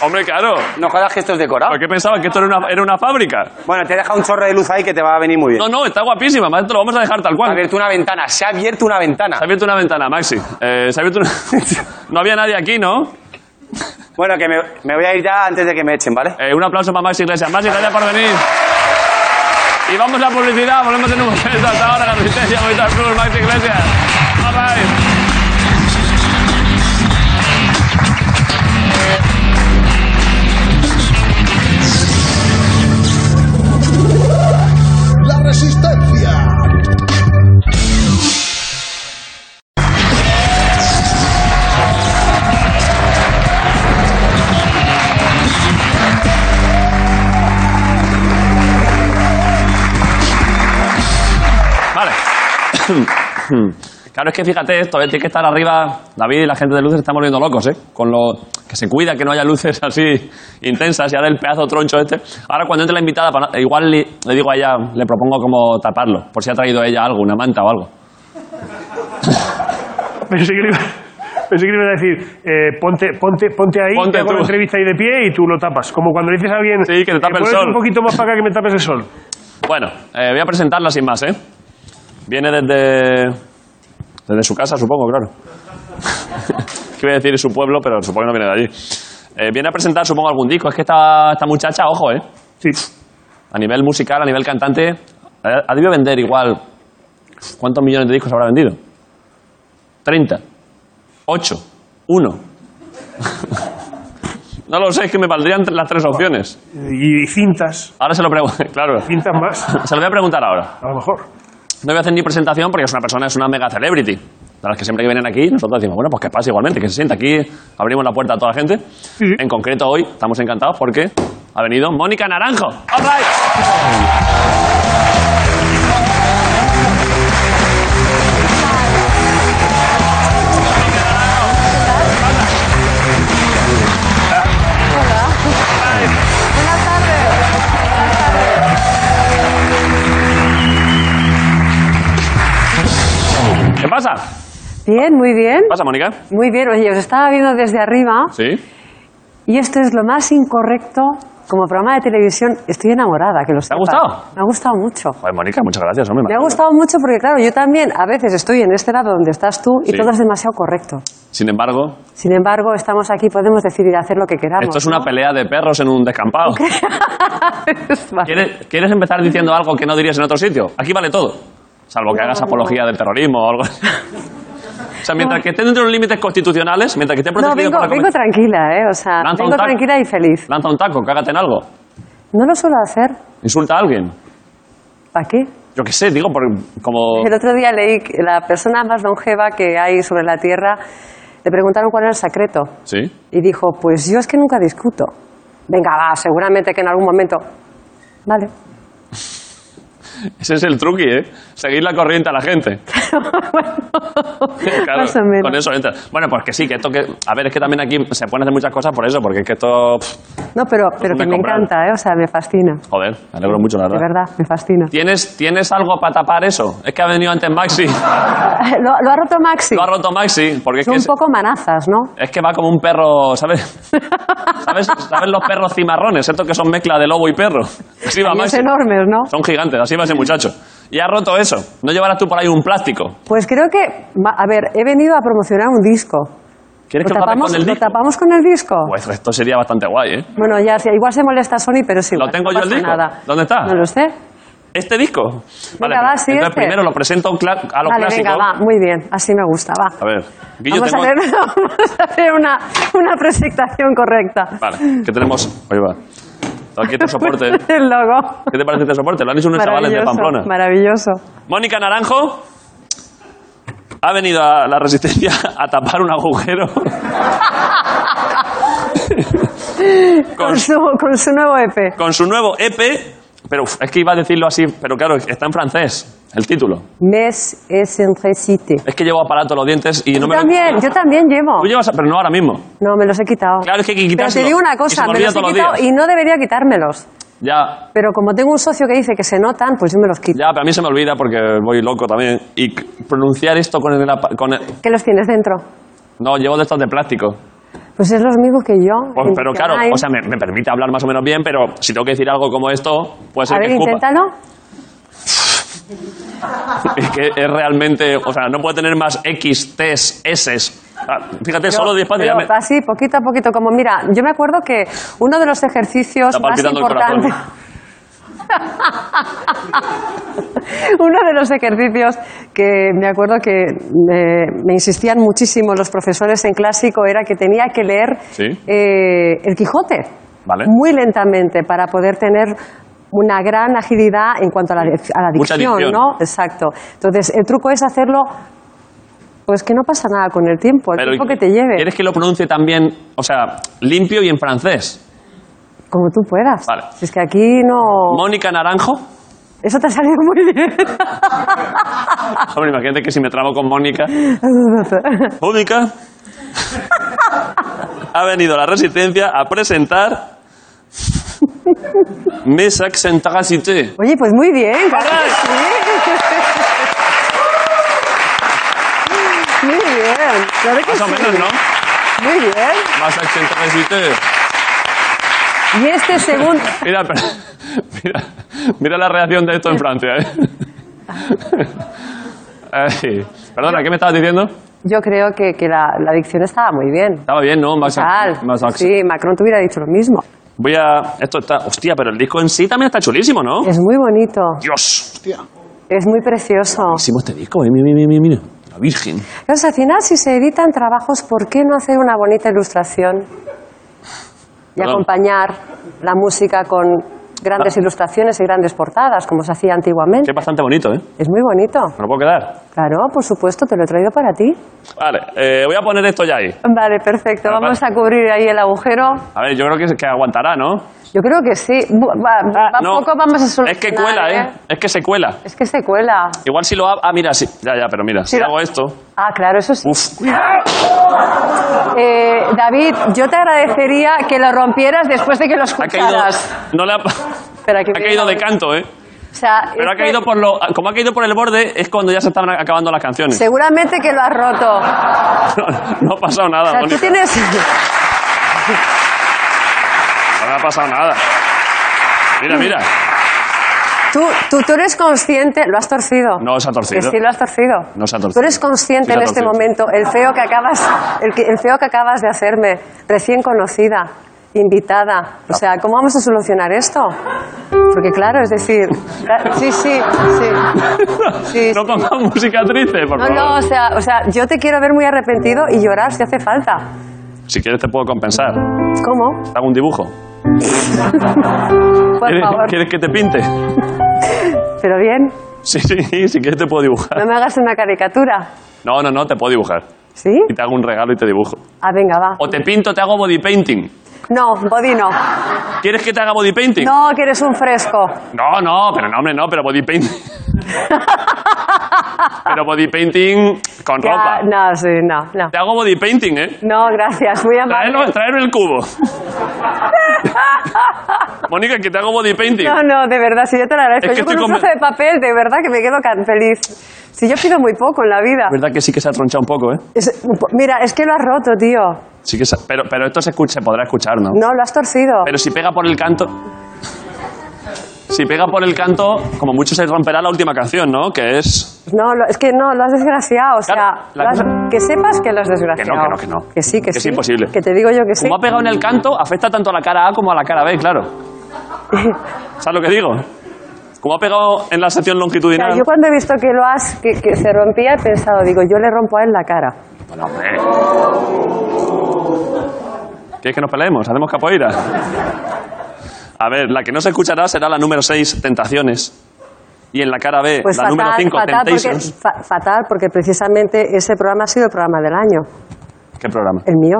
[SPEAKER 1] Hombre, claro.
[SPEAKER 7] No jodas que esto es decorado.
[SPEAKER 1] ¿Por qué pensabas que esto era una, era una fábrica?
[SPEAKER 7] Bueno, te he dejado un chorro de luz ahí que te va a venir muy bien.
[SPEAKER 1] No, no, está guapísima. Además, te lo vamos a dejar tal
[SPEAKER 7] Ha
[SPEAKER 1] cual.
[SPEAKER 7] abierto una ventana, se ha abierto una ventana.
[SPEAKER 1] Se ha abierto una ventana, Maxi. Eh, se ha abierto una... no había nadie aquí, ¿no?
[SPEAKER 7] Bueno, que me, me voy a ir ya antes de que me echen, ¿vale?
[SPEAKER 1] Eh, un aplauso para Maxi Iglesias. Maxi, gracias por venir. Y vamos a publicidad. Volvemos en un momento. Hasta ahora, la resistencia. Movistar Plus, Maxi Iglesias. Bye, bye.
[SPEAKER 9] La resistencia.
[SPEAKER 1] Vale. Claro, es que fíjate, todavía tiene que estar arriba. David y la gente de luces se están volviendo locos, ¿eh? Con lo que se cuida que no haya luces así intensas y ahora el pedazo troncho este. Ahora, cuando entre la invitada, para- eh, igual le, le digo a ella, le propongo como taparlo, por si ha traído ella algo, una manta o algo.
[SPEAKER 5] Pensé que le iba, pensé que le iba a decir, eh, ponte, ponte, ponte ahí,
[SPEAKER 1] Ponte
[SPEAKER 5] te hago
[SPEAKER 1] tú.
[SPEAKER 5] la entrevista ahí de pie y tú lo tapas. Como cuando le dices a alguien,
[SPEAKER 1] Sí, que te tape el
[SPEAKER 5] "Ponete
[SPEAKER 1] sol".
[SPEAKER 5] un poquito más para acá que me tapes el sol.
[SPEAKER 1] Bueno, eh, voy a presentarla sin más, ¿eh? Viene desde. desde su casa, supongo, claro. Quiero decir su pueblo, pero supongo que no viene de allí. Eh, viene a presentar, supongo, algún disco. Es que esta, esta muchacha, ojo, ¿eh?
[SPEAKER 5] Sí.
[SPEAKER 1] A nivel musical, a nivel cantante, ha ha debido vender igual. ¿Cuántos millones de discos habrá vendido? 30. 8. 1. no lo sé, es que me valdrían las tres opciones.
[SPEAKER 5] Y cintas,
[SPEAKER 1] Ahora se lo pregunto. Claro.
[SPEAKER 5] cintas más,
[SPEAKER 1] Se lo voy a preguntar ahora.
[SPEAKER 5] a lo mejor.
[SPEAKER 1] No voy a hacer ni presentación porque es una persona, es una mega celebrity. De las que siempre que vienen aquí, nosotros decimos, bueno, pues que pase igualmente, que se sienta aquí, abrimos la puerta a toda la gente.
[SPEAKER 5] sí.
[SPEAKER 1] En concreto, hoy estamos encantados porque ha venido Mónica Naranjo. All right. ¿Qué pasa? ¿Qué
[SPEAKER 10] Bien, muy bien.
[SPEAKER 1] pasa, Mónica?
[SPEAKER 10] Muy bien, oye, os estaba viendo desde arriba
[SPEAKER 1] Sí. ¿Te
[SPEAKER 10] y esto es lo más incorrecto como programa de televisión. Estoy enamorada, que lo
[SPEAKER 1] ha
[SPEAKER 10] sepas.
[SPEAKER 1] gustado?
[SPEAKER 10] Me ha gustado mucho.
[SPEAKER 1] Joder, Mónica, muchas gracias, hombre.
[SPEAKER 10] Me ha gustado mucho porque, claro, yo también a veces estoy en este lado donde estás tú y
[SPEAKER 1] Sí.
[SPEAKER 10] todo es demasiado correcto.
[SPEAKER 1] Sin embargo,
[SPEAKER 10] Sin embargo, estamos aquí, podemos decidir hacer lo que queramos.
[SPEAKER 1] esto es una
[SPEAKER 10] ¿no?
[SPEAKER 1] pelea de perros en un descampado.
[SPEAKER 10] Es vale.
[SPEAKER 1] ¿Quieres, quieres empezar diciendo algo que no dirías en otro sitio? Aquí vale todo. Salvo que hagas apología del terrorismo o algo así. O sea, mientras que esté dentro de los límites constitucionales, mientras que esté
[SPEAKER 10] No,
[SPEAKER 1] protegido
[SPEAKER 10] vengo,
[SPEAKER 1] por la
[SPEAKER 10] vengo
[SPEAKER 1] Convención-
[SPEAKER 10] tranquila, ¿eh? O sea,
[SPEAKER 1] Lanza un
[SPEAKER 10] vengo
[SPEAKER 1] taco.
[SPEAKER 10] tranquila y feliz.
[SPEAKER 1] Lanza un taco, cágate en algo.
[SPEAKER 10] No lo suelo hacer.
[SPEAKER 1] Insulta a alguien.
[SPEAKER 10] ¿Para qué?
[SPEAKER 1] Yo qué sé, digo, por, como...
[SPEAKER 10] El otro día leí que la persona más longeva que hay sobre la Tierra, le preguntaron cuál era el secreto.
[SPEAKER 1] Sí.
[SPEAKER 10] Y dijo, pues yo es que nunca discuto. Venga, va, seguramente que en algún momento... Vale.
[SPEAKER 1] Ese es el truqui, ¿eh? Seguir la corriente a la gente. Claro,
[SPEAKER 10] Más o menos.
[SPEAKER 1] Con eso entra. Bueno, pues que sí, que esto que... A ver, es que también aquí se pueden hacer muchas cosas por eso, porque es que esto... pff,
[SPEAKER 10] No, pero, pero que
[SPEAKER 1] Me
[SPEAKER 10] me
[SPEAKER 1] compraron.
[SPEAKER 10] encanta, ¿eh? o sea, me fascina.
[SPEAKER 1] joder, me alegro mucho, la
[SPEAKER 10] De
[SPEAKER 1] verdad.
[SPEAKER 10] verdad, me fascina.
[SPEAKER 1] ¿Tienes, ¿Tienes algo para tapar eso? Es que ha venido antes Maxi.
[SPEAKER 10] Lo, lo ha roto Maxi.
[SPEAKER 1] Lo ha roto Maxi, porque es
[SPEAKER 10] Son
[SPEAKER 1] que,
[SPEAKER 10] un
[SPEAKER 1] es,
[SPEAKER 10] poco manazas, ¿no?
[SPEAKER 1] es que va como un perro, ¿sabes? ¿Sabes? ¿Sabes los perros cimarrones? Estos que son mezcla de lobo y perro. Así va
[SPEAKER 10] Y es
[SPEAKER 1] Maxi.
[SPEAKER 10] enormes, ¿no?
[SPEAKER 1] Son gigantes, así va ese muchacho. Y ha roto eso. No llevarás tú por ahí un plástico.
[SPEAKER 10] Pues creo que, ma- a ver, he venido a promocionar un disco.
[SPEAKER 1] ¿Quieres
[SPEAKER 10] ¿Lo
[SPEAKER 1] que lo tape
[SPEAKER 10] tapamos,
[SPEAKER 1] con el
[SPEAKER 10] lo
[SPEAKER 1] disco?
[SPEAKER 10] tapamos con el disco?
[SPEAKER 1] Pues esto sería bastante guay, ¿eh?
[SPEAKER 10] Bueno, ya, sí, igual se molesta Sony, pero sí.
[SPEAKER 1] ¿Lo tengo yo
[SPEAKER 10] no
[SPEAKER 1] el
[SPEAKER 10] pasa
[SPEAKER 1] disco?
[SPEAKER 10] nada.
[SPEAKER 1] ¿Dónde está?
[SPEAKER 10] No lo sé.
[SPEAKER 1] ¿Este disco?
[SPEAKER 10] Venga, va,
[SPEAKER 1] pero-
[SPEAKER 10] sí,
[SPEAKER 1] entonces
[SPEAKER 10] este.
[SPEAKER 1] primero lo presento cla- a lo
[SPEAKER 10] vale,
[SPEAKER 1] clásico.
[SPEAKER 10] venga, va, muy bien, así me gusta, va.
[SPEAKER 1] A ver, Guillo,
[SPEAKER 10] vamos,
[SPEAKER 1] tengo-
[SPEAKER 10] a hacer, vamos a hacer una, una presentación correcta.
[SPEAKER 1] Vale, que tenemos... Oye, va. Aquí este soporte.
[SPEAKER 10] el logo.
[SPEAKER 1] ¿Qué te parece este soporte? Lo han hecho unos chavales de
[SPEAKER 10] Maravilloso,
[SPEAKER 1] Pamplona.
[SPEAKER 10] maravilloso.
[SPEAKER 1] Mónica Naranjo ha venido a la Resistencia a tapar un agujero.
[SPEAKER 10] Con su, con su nuevo E EP.
[SPEAKER 1] Con su nuevo EP, pero uf, es que iba a decirlo así, pero claro, está en francés el título.
[SPEAKER 10] Mes es en recite.
[SPEAKER 1] Es que llevo aparato en los dientes y no
[SPEAKER 10] Yo
[SPEAKER 1] me
[SPEAKER 10] también,
[SPEAKER 1] lo...
[SPEAKER 10] yo también llevo.
[SPEAKER 1] Tú llevas, pero no ahora mismo.
[SPEAKER 10] No, me los he quitado.
[SPEAKER 1] Claro, es que hay que
[SPEAKER 10] Pero
[SPEAKER 1] quitárselo.
[SPEAKER 10] te digo una
[SPEAKER 1] Y se
[SPEAKER 10] cosa,
[SPEAKER 1] me
[SPEAKER 10] me
[SPEAKER 1] olvida
[SPEAKER 10] los he
[SPEAKER 1] todos los
[SPEAKER 10] quitado
[SPEAKER 1] días.
[SPEAKER 10] y no debería quitármelos.
[SPEAKER 1] Ya,
[SPEAKER 10] Pero como tengo un socio que dice que se notan, pues yo me los quito.
[SPEAKER 1] ya, pero a mí se me olvida porque voy loco también. Y c- pronunciar esto con el, apa- con el-
[SPEAKER 10] ¿Qué los tienes dentro?
[SPEAKER 1] No, llevo de estos de plástico.
[SPEAKER 10] Pues es los mismos que yo.
[SPEAKER 1] Pues,
[SPEAKER 10] en
[SPEAKER 1] pero claro,
[SPEAKER 10] Diccionary.
[SPEAKER 1] o sea, me, me permite hablar más o menos bien, pero si tengo que decir algo como esto, puede ser
[SPEAKER 10] A ver,
[SPEAKER 1] que escupa.
[SPEAKER 10] inténtalo.
[SPEAKER 1] Es que es realmente... O sea, no puedo tener más X, T's, S's. Ah, fíjate, solo 10
[SPEAKER 10] Pero Así, poquito a poquito. Como mira, yo me acuerdo que uno de los ejercicios
[SPEAKER 1] Está
[SPEAKER 10] más
[SPEAKER 1] palpitando el
[SPEAKER 10] importantes. uno de los ejercicios que me acuerdo que eh, me insistían muchísimo los profesores en clásico era que tenía que leer
[SPEAKER 1] Sí.
[SPEAKER 10] eh, el Quijote
[SPEAKER 1] Vale.
[SPEAKER 10] muy lentamente para poder tener una gran agilidad en cuanto a la, a la
[SPEAKER 1] Mucha
[SPEAKER 10] dicción,
[SPEAKER 1] dicción.
[SPEAKER 10] ¿no? Exacto. Entonces, el truco es hacerlo, pues que no pasa nada con el tiempo, el
[SPEAKER 1] Pero
[SPEAKER 10] tiempo que te lleve.
[SPEAKER 1] ¿Quieres que lo pronuncie también, o sea, limpio y en francés?
[SPEAKER 10] Como tú puedas.
[SPEAKER 1] Vale.
[SPEAKER 10] Si es que aquí no.
[SPEAKER 1] Mónica Naranjo.
[SPEAKER 10] Eso te ha salido muy bien.
[SPEAKER 1] Hombre, imagínate que si me trabo con Mónica. Mónica. Ha venido la Resistencia a presentar. Mes Accentagacité.
[SPEAKER 10] Oye, pues muy bien. claro
[SPEAKER 1] Vale.
[SPEAKER 10] que sí. Muy bien. Claro que
[SPEAKER 1] Más o
[SPEAKER 10] sí.
[SPEAKER 1] menos, ¿no?
[SPEAKER 10] Muy bien.
[SPEAKER 1] Más Accentagacité.
[SPEAKER 10] Y este segundo.
[SPEAKER 1] Mira, pero- mira, mira la reacción de esto en Francia, ¿eh? Ay, perdona, ¿qué me estabas diciendo?
[SPEAKER 10] Yo creo que, que la, la dicción estaba muy bien.
[SPEAKER 1] Estaba bien, ¿no? Más,
[SPEAKER 10] Tal.
[SPEAKER 1] más acc-
[SPEAKER 10] Sí, Macron te hubiera dicho lo mismo.
[SPEAKER 1] Voy a. Esto está. Hostia, pero el disco en sí también está chulísimo, ¿no?
[SPEAKER 10] Es muy bonito.
[SPEAKER 1] Dios.
[SPEAKER 10] Es muy precioso.
[SPEAKER 1] Hicimos este disco, eh. Mira, mira, mira, mira. La Virgen.
[SPEAKER 10] Entonces, al final, si se editan trabajos, ¿por qué no hacer una bonita ilustración? Y
[SPEAKER 1] Perdón. Ah.
[SPEAKER 10] acompañar la música con grandes ilustraciones y grandes portadas, como se hacía
[SPEAKER 1] Que
[SPEAKER 10] antiguamente.
[SPEAKER 1] es bastante bonito, ¿eh?
[SPEAKER 10] Es muy bonito.
[SPEAKER 1] ¿Me lo puedo quedar?
[SPEAKER 10] Claro, por supuesto, te lo he traído para ti.
[SPEAKER 1] Vale, eh, voy a poner esto ya ahí.
[SPEAKER 10] Vale, perfecto.
[SPEAKER 1] Ah, Vale,
[SPEAKER 10] Vamos a cubrir ahí el agujero.
[SPEAKER 1] A ver, yo creo que, que aguantará, ¿no?
[SPEAKER 10] Yo creo que sí. Bu- Va, va-
[SPEAKER 1] Ah, No.
[SPEAKER 10] poco vamos a solucionar.
[SPEAKER 1] Es que cuela, ¿eh? Es que se cuela.
[SPEAKER 10] Es que se cuela.
[SPEAKER 1] Igual si lo hago. Ah, mira, sí. Ya, ya, pero mira. si
[SPEAKER 10] Sí, lo-
[SPEAKER 1] hago esto.
[SPEAKER 10] Ah, claro, eso sí.
[SPEAKER 1] Uf.
[SPEAKER 10] Eh, David, yo te agradecería que lo rompieras después de que lo
[SPEAKER 1] Ha caído.
[SPEAKER 10] escucharas.
[SPEAKER 1] No le ha.
[SPEAKER 10] Espera, que
[SPEAKER 1] ha
[SPEAKER 10] viene
[SPEAKER 1] caído de
[SPEAKER 10] David.
[SPEAKER 1] canto, ¿eh?
[SPEAKER 10] O sea,
[SPEAKER 1] Pero ha
[SPEAKER 10] este-
[SPEAKER 1] caído por lo. Como ha caído por el borde, es cuando ya se están acabando las canciones.
[SPEAKER 10] Seguramente que lo has roto. O
[SPEAKER 1] No, no ha pasado nada,
[SPEAKER 10] sea, tú
[SPEAKER 1] Mónica.
[SPEAKER 10] tienes.
[SPEAKER 1] No me ha pasado nada. Mira, mira.
[SPEAKER 10] Tú, tú, tú eres consciente. Lo has torcido.
[SPEAKER 1] No se ha torcido.
[SPEAKER 10] Que sí, lo has torcido.
[SPEAKER 1] No se ha torcido.
[SPEAKER 10] Tú eres consciente
[SPEAKER 1] Sí se ha
[SPEAKER 10] en este
[SPEAKER 1] torcido.
[SPEAKER 10] momento. El feo que acabas, el, que- el feo que acabas de hacerme, recién conocida, invitada. O sea, ¿cómo vamos a solucionar esto? Porque claro, es decir. la- Sí, sí, sí. Sí,
[SPEAKER 1] No
[SPEAKER 10] sí.
[SPEAKER 1] pongamos música triste, por
[SPEAKER 10] No,
[SPEAKER 1] favor.
[SPEAKER 10] no, o sea, o sea, yo te quiero ver muy arrepentido y llorar si hace falta.
[SPEAKER 1] Si quieres te puedo compensar. Te
[SPEAKER 10] ¿Cómo?
[SPEAKER 1] hago un dibujo.
[SPEAKER 10] Por
[SPEAKER 1] ¿Quieres,
[SPEAKER 10] favor.
[SPEAKER 1] quieres que te pinte?
[SPEAKER 10] Pero bien,
[SPEAKER 1] Sí, sí, si quieres te puedo dibujar.
[SPEAKER 10] no me hagas una caricatura.
[SPEAKER 1] No, no, no, te puedo dibujar.
[SPEAKER 10] ¿Sí?
[SPEAKER 1] Y te hago un regalo y te dibujo.
[SPEAKER 10] Ah, venga, va.
[SPEAKER 1] O te pinto, te hago body painting.
[SPEAKER 10] No, body no.
[SPEAKER 1] ¿Quieres que te haga body painting?
[SPEAKER 10] No, que eres un fresco.
[SPEAKER 1] no, no, pero no, hombre, no, pero body painting. pero body painting con
[SPEAKER 10] Ya,
[SPEAKER 1] ropa.
[SPEAKER 10] no, sí, no, no.
[SPEAKER 1] Te hago body painting, ¿eh?
[SPEAKER 10] No, gracias, muy amable.
[SPEAKER 1] Traerme el cubo. Mónica, que te hago body painting.
[SPEAKER 10] No, no, de verdad, si yo te lo agradezco.
[SPEAKER 1] Es que
[SPEAKER 10] yo con
[SPEAKER 1] estoy
[SPEAKER 10] un
[SPEAKER 1] conven-
[SPEAKER 10] trozo de papel, de verdad que me quedo can- feliz. Si yo pido muy poco en la vida.
[SPEAKER 1] verdad que sí que se ha tronchado un poco, ¿eh?
[SPEAKER 10] Es- mira, es que lo has roto, tío.
[SPEAKER 1] Sí que se- pero, pero esto se, escucha, se podrá escuchar, ¿no?
[SPEAKER 10] No, lo has torcido.
[SPEAKER 1] Pero si pega por el canto... Si pega por el canto, como mucho se romperá la última canción, ¿no? Que es...
[SPEAKER 10] No, lo- es que no, lo has desgraciado. O sea,
[SPEAKER 1] Claro, la
[SPEAKER 10] lo has-
[SPEAKER 1] cosa-
[SPEAKER 10] que sepas que lo has desgraciado.
[SPEAKER 1] Que no, que no, que no.
[SPEAKER 10] Que sí, que,
[SPEAKER 1] Que es
[SPEAKER 10] sí.
[SPEAKER 1] imposible.
[SPEAKER 10] Que te digo yo que sí.
[SPEAKER 1] Como ha pegado en el canto, afecta tanto a la cara A como a la cara B, claro. ¿Sabes lo que digo? Como ha pegado en la sección
[SPEAKER 10] O sea,
[SPEAKER 1] longitudinal...
[SPEAKER 10] yo cuando he visto que lo has, que, que se rompía, he pensado, digo, yo le rompo a él la cara.
[SPEAKER 1] ¿Quieres que nos peleemos? ¿Hacemos capoeira? A ver, la que no se escuchará será la número 6, Tentaciones. Y en la cara B,
[SPEAKER 10] Pues
[SPEAKER 1] la
[SPEAKER 10] fatal,
[SPEAKER 1] número 5,
[SPEAKER 10] fatal, porque,
[SPEAKER 1] Temptations.
[SPEAKER 10] fa- fatal, porque precisamente ese programa ha sido el programa del año,
[SPEAKER 1] ¿Qué programa?
[SPEAKER 10] el mío.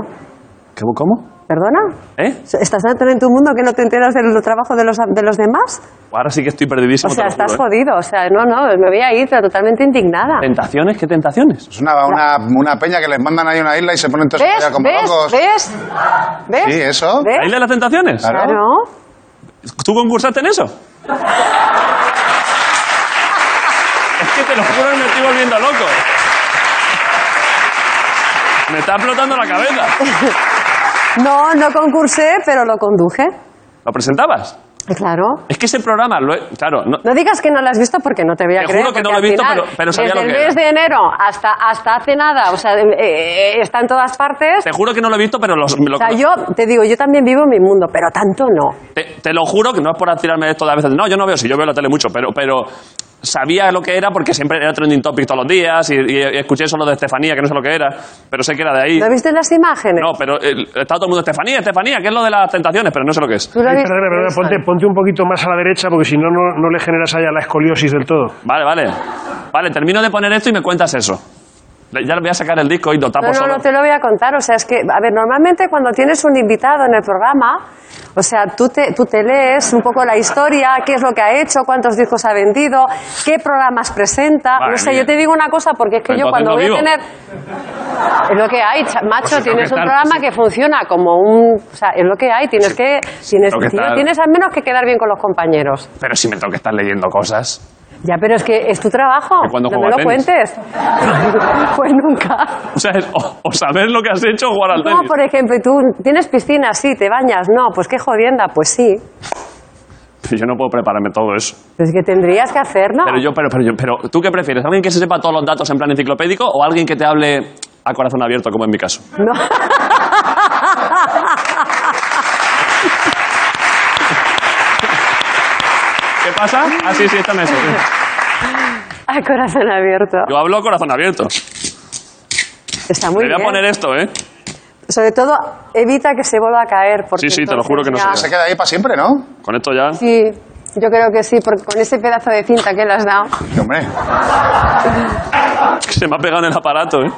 [SPEAKER 1] ¿Qué- ¿Cómo?
[SPEAKER 10] ¿Perdona?
[SPEAKER 1] ¿Eh?
[SPEAKER 10] ¿Estás tan en tu mundo que no te enteras del trabajo de los, de los demás?
[SPEAKER 1] Ahora sí que estoy
[SPEAKER 10] O
[SPEAKER 1] perdidísimo. te
[SPEAKER 10] sea,
[SPEAKER 1] lo juro,
[SPEAKER 10] estás
[SPEAKER 1] ¿eh?
[SPEAKER 10] jodido. O sea, no, no, me voy a ir pero totalmente indignada.
[SPEAKER 1] ¿Tentaciones? ¿Qué tentaciones?
[SPEAKER 4] Es una, una, una peña que les mandan ahí a una isla y se ponen todos a
[SPEAKER 10] ¿Ves?
[SPEAKER 4] bailar como
[SPEAKER 10] ¿Ves?
[SPEAKER 4] locos.
[SPEAKER 10] ¿Ves? ¿Ves?
[SPEAKER 4] Sí, eso.
[SPEAKER 10] ¿Ves?
[SPEAKER 1] ¿La isla de las tentaciones?
[SPEAKER 4] Claro.
[SPEAKER 10] Claro.
[SPEAKER 1] ¿Tú concursaste en eso? es que te lo juro que me estoy volviendo loco. Me está explotando la cabeza.
[SPEAKER 10] No, no concursé, pero lo conduje.
[SPEAKER 1] ¿Lo presentabas?
[SPEAKER 10] Eh, Claro.
[SPEAKER 1] Es que ese programa, lo he- claro, no-
[SPEAKER 10] No digas que no lo has visto porque no te voy a
[SPEAKER 1] Te
[SPEAKER 10] creer.
[SPEAKER 1] juro que no lo
[SPEAKER 10] porque
[SPEAKER 1] he
[SPEAKER 10] al
[SPEAKER 1] visto,
[SPEAKER 10] final,
[SPEAKER 1] pero- pero sabía
[SPEAKER 10] desde
[SPEAKER 1] lo
[SPEAKER 10] el
[SPEAKER 1] que era.
[SPEAKER 10] 10 de enero hasta, hasta hace nada, o sea, eh, eh, está en todas partes.
[SPEAKER 1] te juro que no lo he visto, pero los- me lo-
[SPEAKER 10] O sea, yo te digo, yo también vivo en mi mundo, pero tanto no.
[SPEAKER 1] te, te lo juro que no es por tirarme esto de a veces. No, yo no veo, si yo veo la tele mucho, pero, pero sabía lo que era porque siempre era trending topic todos los días y, y- y escuché solo de Estefanía, que no sé lo que era, pero sé que era de ahí.
[SPEAKER 10] ¿Lo viste en las imágenes?
[SPEAKER 1] No, pero eh, estaba todo el mundo, Estefanía, Estefanía, ¿qué es lo de las tentaciones? Pero no sé lo que es.
[SPEAKER 10] ¿Tú lo
[SPEAKER 5] Ay,
[SPEAKER 10] viste?
[SPEAKER 5] perdona, perdona, ponte, ponte un poquito más a la derecha porque si no, no, no le generas allá la escoliosis del todo.
[SPEAKER 1] Vale, vale. Vale, termino de poner esto y me cuentas eso. Le- Ya le voy a sacar el disco y lo tapo
[SPEAKER 10] No, no,
[SPEAKER 1] solo.
[SPEAKER 10] no te lo voy a contar. O sea, es que, a ver, normalmente cuando tienes un invitado en el programa, o sea, tú te, tú te lees un poco la historia, qué es lo que ha hecho, cuántos discos ha vendido, qué programas presenta.
[SPEAKER 1] Madre
[SPEAKER 10] no sé,
[SPEAKER 1] mía.
[SPEAKER 10] yo te digo una cosa, porque es que
[SPEAKER 1] Pero
[SPEAKER 10] yo
[SPEAKER 1] entonces
[SPEAKER 10] cuando
[SPEAKER 1] no
[SPEAKER 10] voy
[SPEAKER 1] vivo.
[SPEAKER 10] a tener. Es lo que hay, cha- macho,
[SPEAKER 2] Pues es lo
[SPEAKER 10] tienes
[SPEAKER 2] que
[SPEAKER 10] un
[SPEAKER 2] tal.
[SPEAKER 10] programa que funciona como un. O sea, es lo que hay, tienes que. Tienes,
[SPEAKER 1] lo que
[SPEAKER 10] tío,
[SPEAKER 1] tal.
[SPEAKER 10] tienes al menos que quedar bien con los compañeros.
[SPEAKER 1] Pero si me tengo que estar leyendo cosas.
[SPEAKER 10] Ya, pero es que es tu trabajo.
[SPEAKER 1] ¿Y cuándo
[SPEAKER 10] No me
[SPEAKER 1] juego
[SPEAKER 10] lo
[SPEAKER 1] a tenis?
[SPEAKER 10] cuentes. pues nunca.
[SPEAKER 1] O sea, es o, o saber lo que has hecho o jugar al
[SPEAKER 10] No,
[SPEAKER 1] tenis.
[SPEAKER 10] por ejemplo, tú tienes piscina, sí, te bañas, no, pues qué jodienda, pues sí.
[SPEAKER 1] Yo no puedo prepararme todo eso.
[SPEAKER 10] Pues que tendrías que hacerlo.
[SPEAKER 1] Pero yo, pero, pero, yo- pero, ¿tú qué prefieres? ¿Alguien que se sepa todos los datos en plan enciclopédico o alguien que te hable a corazón abierto, como en mi caso?
[SPEAKER 10] No.
[SPEAKER 1] ¿Qué pasa? Ah, sí, sí, esta mesa. sí.
[SPEAKER 10] A corazón abierto.
[SPEAKER 1] Yo hablo a corazón abierto.
[SPEAKER 10] Está muy
[SPEAKER 1] Le voy a
[SPEAKER 10] bien.
[SPEAKER 1] poner esto, ¿eh?
[SPEAKER 10] Sobre todo, evita que se vuelva a caer. Porque
[SPEAKER 1] Sí, sí, te lo
[SPEAKER 10] entonces
[SPEAKER 1] juro que no
[SPEAKER 10] ya-
[SPEAKER 1] se
[SPEAKER 4] Se queda ahí para siempre, ¿no?
[SPEAKER 1] Con esto ya.
[SPEAKER 10] Sí, yo creo que sí, porque con ese pedazo de cinta que le has dado.
[SPEAKER 4] Y, hombre,
[SPEAKER 1] Es que se me ha pegado en el aparato, ¿eh?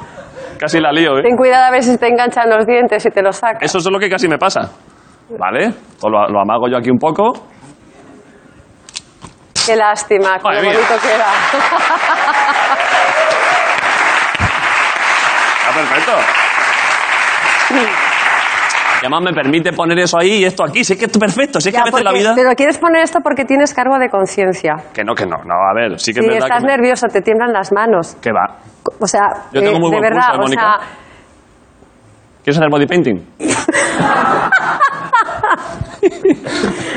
[SPEAKER 1] Casi la lío, ¿eh?
[SPEAKER 10] Ten cuidado a ver si te enganchan los dientes y te los sacas.
[SPEAKER 1] Eso es lo que casi me pasa. ¿Vale? O lo, lo amago yo aquí un poco.
[SPEAKER 10] Qué lástima, qué
[SPEAKER 1] Madre mía.
[SPEAKER 10] bonito queda.
[SPEAKER 1] Está ¡Ah, perfecto. Y además me permite poner eso ahí y esto aquí. Si es que es perfecto. Si es que
[SPEAKER 10] Ya,
[SPEAKER 1] a veces la
[SPEAKER 10] porque-
[SPEAKER 1] vida...
[SPEAKER 10] Pero quieres poner esto porque tienes cargo de conciencia.
[SPEAKER 1] Que no, que no. No, a ver, sí que es
[SPEAKER 10] Si
[SPEAKER 1] verdad
[SPEAKER 10] estás
[SPEAKER 1] que... me-
[SPEAKER 10] nervioso, te tiemblan las manos.
[SPEAKER 1] que va.
[SPEAKER 10] O sea,
[SPEAKER 1] Yo tengo muy
[SPEAKER 10] de
[SPEAKER 1] buen
[SPEAKER 10] verdad,
[SPEAKER 1] pulso, ¿eh,
[SPEAKER 10] o
[SPEAKER 1] Mónica?
[SPEAKER 10] sea,
[SPEAKER 1] ¿Quieres hacer body painting?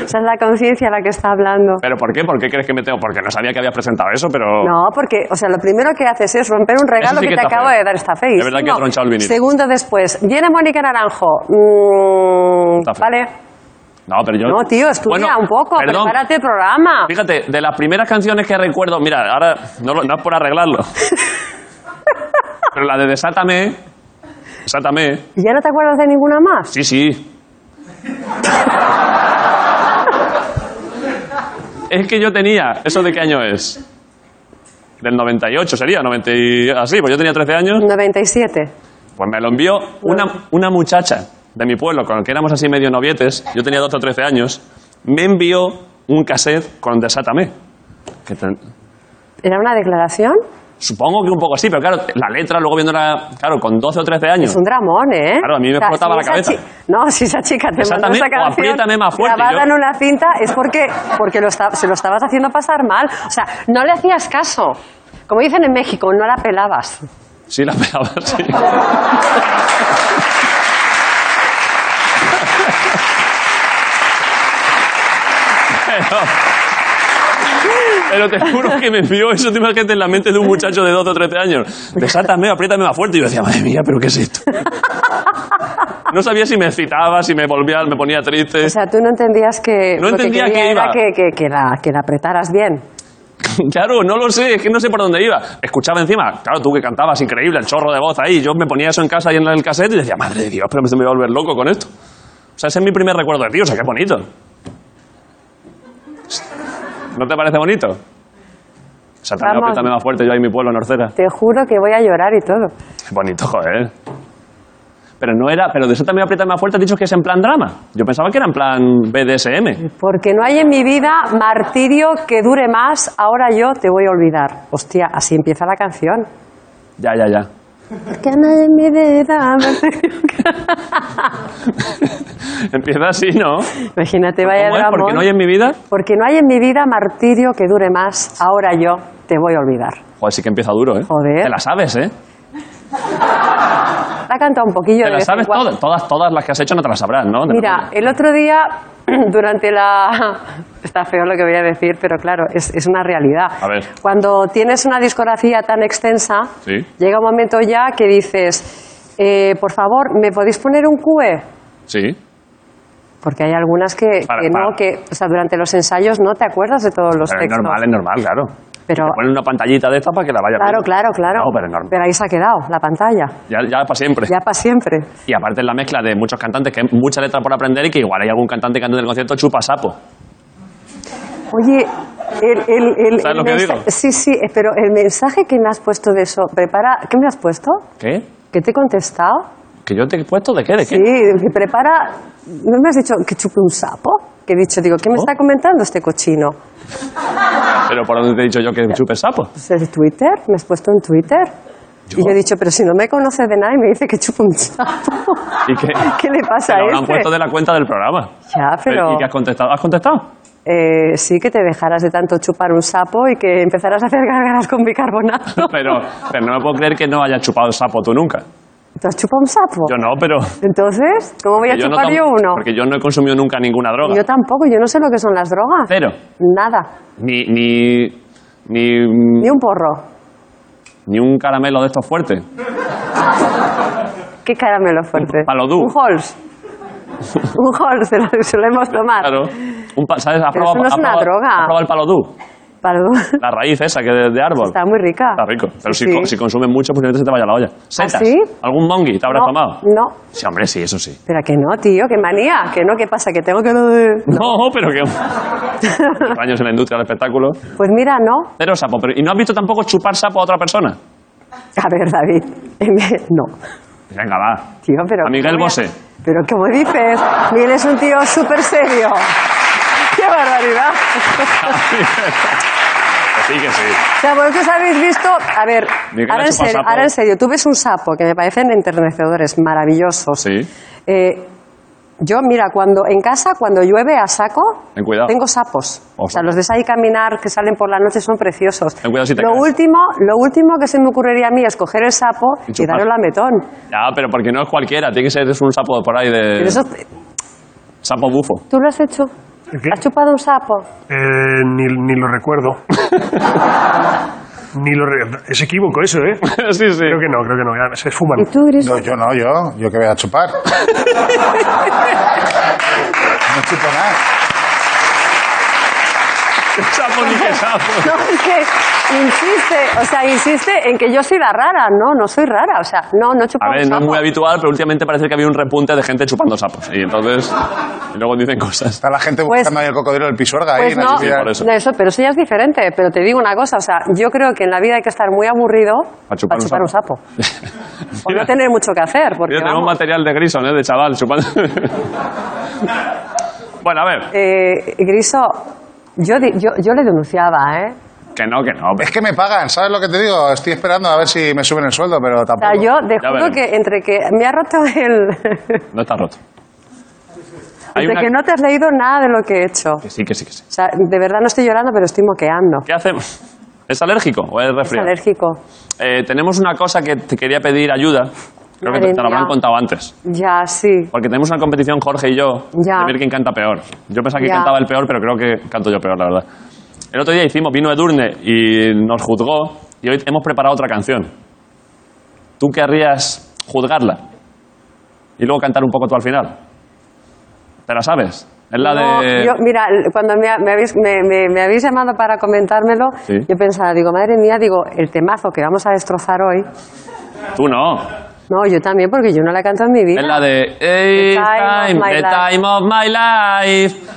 [SPEAKER 10] esa es la conciencia la que está hablando.
[SPEAKER 1] ¿Pero por qué? ¿Por qué crees que me tengo? Porque no sabía que habías presentado eso, pero...
[SPEAKER 10] No, porque, o sea, lo primero que haces es romper un regalo
[SPEAKER 1] Eso sí
[SPEAKER 10] que,
[SPEAKER 1] que
[SPEAKER 10] te
[SPEAKER 1] está
[SPEAKER 10] acabo
[SPEAKER 1] feo.
[SPEAKER 10] de dar esta face.
[SPEAKER 1] Es verdad que he tronchado el vinilo.
[SPEAKER 10] Segundo después, viene Mónica Naranjo. Mm,
[SPEAKER 1] Está feo.
[SPEAKER 10] vale.
[SPEAKER 1] No, pero yo...
[SPEAKER 10] No, tío, estudia
[SPEAKER 1] Bueno,
[SPEAKER 10] un poco,
[SPEAKER 1] perdón.
[SPEAKER 10] prepárate el programa.
[SPEAKER 1] Fíjate, de las primeras canciones que recuerdo... Mira, ahora no, lo- no es por arreglarlo. pero la de Desátame... Desátame...
[SPEAKER 10] ¿Y ya no te acuerdas de ninguna más?
[SPEAKER 1] Sí, sí. es que yo tenía... ¿Eso de qué año es? Del 98 sería, 90 y... Así, pues yo tenía 13 años.
[SPEAKER 10] 97.
[SPEAKER 1] Pues me lo envió una, una muchacha de mi pueblo, con la que éramos así medio novietes, yo tenía 12 o 13 años, me envió un cassette con Desátame. Que te-
[SPEAKER 10] ¿Era una declaración?
[SPEAKER 1] supongo que un poco así, pero claro, la letra luego viéndola, claro, con 12 o 13 años.
[SPEAKER 10] Es un dramón, ¿eh?
[SPEAKER 1] Claro, a mí me explotaba la
[SPEAKER 10] esa
[SPEAKER 1] cabeza.
[SPEAKER 10] chi- No, si esa chica te mandó
[SPEAKER 1] Exactamente,
[SPEAKER 10] esa
[SPEAKER 1] o
[SPEAKER 10] canción
[SPEAKER 1] apriétame más fuerte,
[SPEAKER 10] grabada
[SPEAKER 1] yo-
[SPEAKER 10] en una cinta es porque, porque lo esta- se lo estabas haciendo pasar mal. O sea, no le hacías caso. Como dicen en México, no la pelabas.
[SPEAKER 1] Sí, la pegaba sí. Pero te juro que me envió eso, te imaginas, en la mente de un muchacho de 12 o 13 años. Desátame, apriétame más fuerte. Y yo decía, madre mía, ¿pero qué es esto? No sabía si me excitaba, si me volvía, me ponía triste.
[SPEAKER 10] O sea, tú no entendías que
[SPEAKER 1] No
[SPEAKER 10] lo
[SPEAKER 1] entendía
[SPEAKER 10] que quería
[SPEAKER 1] que
[SPEAKER 10] era
[SPEAKER 1] iba.
[SPEAKER 10] Que, que- que la, que la apretaras bien.
[SPEAKER 1] Claro, no lo sé, es que no sé por dónde iba. Escuchaba encima, claro, tú que cantabas increíble, el chorro de voz ahí. Yo me ponía eso en casa y en el cassette y decía, madre de Dios, pero me voy a volver loco con esto. O sea, ese es mi primer recuerdo de ti, o sea, qué bonito. ¿No te parece bonito? O sea, también
[SPEAKER 10] Vamos.
[SPEAKER 1] apriétame más fuerte, yo ahí en mi pueblo, en Orcera.
[SPEAKER 10] Te juro que voy a llorar y todo.
[SPEAKER 1] Qué bonito, joder. Pero no era, pero de eso también apriétame más fuerte, has dicho que es en plan drama. Yo pensaba que era en plan BDSM.
[SPEAKER 10] Porque no hay en mi vida martirio que dure más, ahora yo te voy a olvidar. Hostia, así empieza la canción.
[SPEAKER 1] Ya, ya, ya.
[SPEAKER 10] Porque no hay en mi vida martirio que-
[SPEAKER 1] Empieza así, ¿no?
[SPEAKER 10] Imagínate, vaya
[SPEAKER 1] ¿Cómo es?
[SPEAKER 10] dramón.
[SPEAKER 1] Porque no hay en mi vida.
[SPEAKER 10] Porque no hay en mi vida martirio que dure más. Ahora yo te voy a olvidar.
[SPEAKER 1] Joder, sí que empieza duro, ¿eh?
[SPEAKER 10] Joder.
[SPEAKER 1] Te la sabes, ¿eh?
[SPEAKER 10] La ha cantado un poquillo.
[SPEAKER 1] Te
[SPEAKER 10] de
[SPEAKER 1] la
[SPEAKER 10] vez en
[SPEAKER 1] sabes
[SPEAKER 10] cuando.
[SPEAKER 1] todas, todas, todas las que has hecho no te las sabrás, ¿no? De
[SPEAKER 10] Mira, eh,
[SPEAKER 1] memoria.
[SPEAKER 10] el otro día, durante la... Está feo lo que voy a decir, pero claro, es, es una realidad.
[SPEAKER 1] A ver.
[SPEAKER 10] Cuando tienes una discografía tan extensa,
[SPEAKER 1] Sí.
[SPEAKER 10] llega un momento ya que dices, eh, por favor, ¿me podéis poner un QE?
[SPEAKER 1] Sí.
[SPEAKER 10] Porque hay algunas que,
[SPEAKER 1] Para-
[SPEAKER 10] que no,
[SPEAKER 1] para.
[SPEAKER 10] que o sea, durante los ensayos no te acuerdas de todos los
[SPEAKER 1] Pero es
[SPEAKER 10] textos.
[SPEAKER 1] normal, es normal, claro.
[SPEAKER 10] Pero-
[SPEAKER 1] Te ponen una pantallita de esta para que la vayas
[SPEAKER 10] Claro,
[SPEAKER 1] viendo.
[SPEAKER 10] claro, claro.
[SPEAKER 1] No, pero es normal.
[SPEAKER 10] ahí se ha quedado la pantalla,
[SPEAKER 1] Ya, ya para siempre.
[SPEAKER 10] ya para siempre.
[SPEAKER 1] Y aparte es la mezcla de muchos cantantes que hay mucha letra por aprender y que igual hay algún cantante que antes del concierto chupa sapo.
[SPEAKER 10] Oye, el, el, el,
[SPEAKER 1] ¿Sabes
[SPEAKER 10] el
[SPEAKER 1] lo que
[SPEAKER 10] mensa-
[SPEAKER 1] digo?
[SPEAKER 10] Sí, sí, eh, pero el mensaje que me has puesto de eso, prepara, ¿qué me has puesto?
[SPEAKER 1] ¿Qué?
[SPEAKER 10] ¿Que te he contestado?
[SPEAKER 1] ¿Que yo te he puesto de qué? ¿De qué?
[SPEAKER 10] Sí, que prepara, ¿no me has dicho que chupe un sapo? Que he dicho, digo, ¿qué me
[SPEAKER 1] ¿No?
[SPEAKER 10] está comentando este cochino?
[SPEAKER 1] Pero por dónde te he dicho yo que chupe sapo.
[SPEAKER 10] Pues el Twitter, me has puesto en Twitter. Y yo he dicho, pero si no me conoce de nada y me dice que chupa un sapo.
[SPEAKER 1] ¿Y qué?
[SPEAKER 10] le
[SPEAKER 1] Te
[SPEAKER 10] pasa a
[SPEAKER 1] lo habrán
[SPEAKER 10] este?
[SPEAKER 1] puesto de la cuenta del programa.
[SPEAKER 10] Ya, pero
[SPEAKER 1] ¿Y qué has contestado? ¿Has contestado?
[SPEAKER 10] eh, sí que te dejaras de tanto chupar un sapo y que empezaras a hacer gárgaras con bicarbonato.
[SPEAKER 1] Pero, pero no me puedo creer que no hayas chupado sapo tú nunca.
[SPEAKER 10] ¿Tú has chupado un sapo?
[SPEAKER 1] Yo no, pero...
[SPEAKER 10] Entonces, ¿cómo voy a
[SPEAKER 1] yo no
[SPEAKER 10] chupar
[SPEAKER 1] tam-
[SPEAKER 10] yo uno?
[SPEAKER 1] Porque yo no he consumido nunca ninguna droga.
[SPEAKER 10] Yo tampoco, yo no sé lo que son las drogas.
[SPEAKER 1] Cero.
[SPEAKER 10] Nada,
[SPEAKER 1] Ni, ni, ni,
[SPEAKER 10] ni un porro.
[SPEAKER 1] ni un caramelo de estos fuertes.
[SPEAKER 10] ¿Qué caramelo fuerte?
[SPEAKER 1] Un Palodú.
[SPEAKER 10] Un Halls. un Halls, de lo que solemos tomar.
[SPEAKER 1] Claro. Un pa- ¿Sabes? ¿Has
[SPEAKER 10] Pero
[SPEAKER 1] probado,
[SPEAKER 10] eso no es
[SPEAKER 1] has
[SPEAKER 10] una
[SPEAKER 1] probado-
[SPEAKER 10] droga.
[SPEAKER 1] has probado el palodú?
[SPEAKER 10] Palodú.
[SPEAKER 1] La raíz esa que de, de árbol.
[SPEAKER 10] Está muy rica.
[SPEAKER 1] Está rico. Pero
[SPEAKER 10] Sí,
[SPEAKER 1] si,
[SPEAKER 10] sí. ¿Ah,
[SPEAKER 1] co- si consumes mucho, posiblemente se te vaya la olla. ¿Setas?
[SPEAKER 10] sí?
[SPEAKER 1] ¿Algún mongi te habrás
[SPEAKER 10] no,
[SPEAKER 1] tomado?
[SPEAKER 10] No,
[SPEAKER 1] Sí, hombre, sí, eso sí.
[SPEAKER 10] pero que no, tío, qué manía. Que no, ¿qué pasa? Que tengo que... lo de-
[SPEAKER 1] No, pero que... Los años en la industria del espectáculo.
[SPEAKER 10] Pues mira, no.
[SPEAKER 1] Cero sapo. Pero, ¿Y no has visto tampoco chupar sapo a otra persona?
[SPEAKER 10] A ver, David. no.
[SPEAKER 1] Venga, va.
[SPEAKER 10] Tío, pero
[SPEAKER 1] A Miguel
[SPEAKER 10] ¿cómo
[SPEAKER 1] Bosé.
[SPEAKER 10] era? Pero como dices, Miguel es un tío súper serio. ¡Qué barbaridad!
[SPEAKER 1] Que sí, que sí.
[SPEAKER 10] O sea, vosotros habéis visto... A ver,
[SPEAKER 1] Miguel
[SPEAKER 10] ahora
[SPEAKER 1] ha chupado
[SPEAKER 10] en, serio,
[SPEAKER 1] sapo.
[SPEAKER 10] ahora en serio, tú ves un sapo que me parecen enternecedores, maravillosos.
[SPEAKER 1] Sí.
[SPEAKER 10] Eh, yo, mira, cuando en casa, cuando llueve a saco,
[SPEAKER 1] Ten cuidado.
[SPEAKER 10] tengo sapos.
[SPEAKER 1] Ojo.
[SPEAKER 10] O sea, los de ahí caminar que salen por la noche son preciosos.
[SPEAKER 1] Ten cuidado si te
[SPEAKER 10] lo,
[SPEAKER 1] caes.
[SPEAKER 10] último, lo último que se me ocurriría a mí es coger el sapo
[SPEAKER 1] Y
[SPEAKER 10] y,
[SPEAKER 1] chupar.
[SPEAKER 10] darle un lametón.
[SPEAKER 1] Ya, pero porque no es cualquiera. Tiene que ser es un sapo por ahí de...
[SPEAKER 10] Pero eso,
[SPEAKER 1] Sapo bufo.
[SPEAKER 10] ¿Tú lo has hecho?
[SPEAKER 5] ¿Qué?
[SPEAKER 10] ¿Has chupado un sapo?
[SPEAKER 5] Eh, ni, ni lo recuerdo. ni lo recuerdo. Es equívoco eso, ¿eh?
[SPEAKER 1] sí, sí.
[SPEAKER 5] Creo que no, creo que no. Ya, se fuman.
[SPEAKER 10] ¿Y tú, Gris?
[SPEAKER 4] No, yo no, yo. Yo que voy a chupar. no chupo nada.
[SPEAKER 1] Sapo ni que sapo.
[SPEAKER 10] No, es que insiste, o sea, insiste en que yo soy la rara. No, no soy rara. O sea, no, no he
[SPEAKER 1] A
[SPEAKER 10] chupado
[SPEAKER 1] ver,
[SPEAKER 10] un
[SPEAKER 1] no es
[SPEAKER 10] sapo.
[SPEAKER 1] muy habitual, pero últimamente parece que había un repunte de gente chupando sapos. Y entonces... Y luego dicen cosas.
[SPEAKER 4] Está la gente
[SPEAKER 10] Pues-
[SPEAKER 4] buscando ahí el cocodrilo del pisuerga. ahí,
[SPEAKER 10] Pues
[SPEAKER 4] la
[SPEAKER 10] no,
[SPEAKER 4] chiquilla.
[SPEAKER 1] Sí, por eso.
[SPEAKER 10] no, eso, pero eso ya es diferente. Pero te digo una cosa, o sea, yo creo que en la vida hay que estar muy aburrido
[SPEAKER 1] Pa' chupar
[SPEAKER 10] pa'
[SPEAKER 1] un
[SPEAKER 10] un
[SPEAKER 1] sapo.
[SPEAKER 10] sapo. O no tener mucho que hacer, porque
[SPEAKER 1] Mira, tenemos
[SPEAKER 10] vamos,
[SPEAKER 1] material de Grison, ¿eh? De chaval, chupando. bueno, a ver.
[SPEAKER 10] eh, Griso, yo, di- yo, yo le denunciaba, ¿eh?
[SPEAKER 1] Que no, que no.
[SPEAKER 4] Es que me pagan, ¿sabes lo que te digo? Estoy esperando a ver si me suben el sueldo, pero
[SPEAKER 10] O sea,
[SPEAKER 4] tampoco.
[SPEAKER 10] yo te
[SPEAKER 1] Ya
[SPEAKER 10] juro
[SPEAKER 1] veremos.
[SPEAKER 10] que entre que me ha roto el... entre
[SPEAKER 1] No está roto. Hay una-
[SPEAKER 10] que no te has leído nada de lo que he hecho.
[SPEAKER 1] Que sí, que sí, que sí.
[SPEAKER 10] O sea, de verdad no estoy llorando, pero estoy moqueando.
[SPEAKER 1] ¿Qué hacemos? ¿Es alérgico o es
[SPEAKER 10] Es
[SPEAKER 1] resfriado?
[SPEAKER 10] alérgico.
[SPEAKER 1] Eh, tenemos una cosa que te quería pedir ayuda. Creo que
[SPEAKER 10] Madre
[SPEAKER 1] te, te lo habrán
[SPEAKER 10] mía.
[SPEAKER 1] contado antes.
[SPEAKER 10] Ya, sí.
[SPEAKER 1] Porque tenemos una competición, Jorge y yo,
[SPEAKER 10] Ya.
[SPEAKER 1] de ver quién canta peor. Yo pensaba que
[SPEAKER 10] Ya.
[SPEAKER 1] cantaba el peor, pero creo que canto yo peor, la verdad. El otro día hicimos, vino Edurne y nos juzgó, y hoy hemos preparado otra canción. ¿Tú querrías juzgarla? Y luego cantar un poco tú al final. ¿Te la sabes? Es la
[SPEAKER 10] No,
[SPEAKER 1] de...
[SPEAKER 10] yo- mira, l- cuando me, ha- me habéis, me, me- me habéis llamado para comentármelo,
[SPEAKER 1] Sí.
[SPEAKER 10] yo pensaba, digo, madre mía, digo, el temazo que vamos a destrozar hoy.
[SPEAKER 1] Tú no.
[SPEAKER 10] No, yo también, porque yo no la canto en mi vida.
[SPEAKER 1] Es la de... "It's
[SPEAKER 10] time of my
[SPEAKER 1] the
[SPEAKER 10] life".
[SPEAKER 1] time of my life.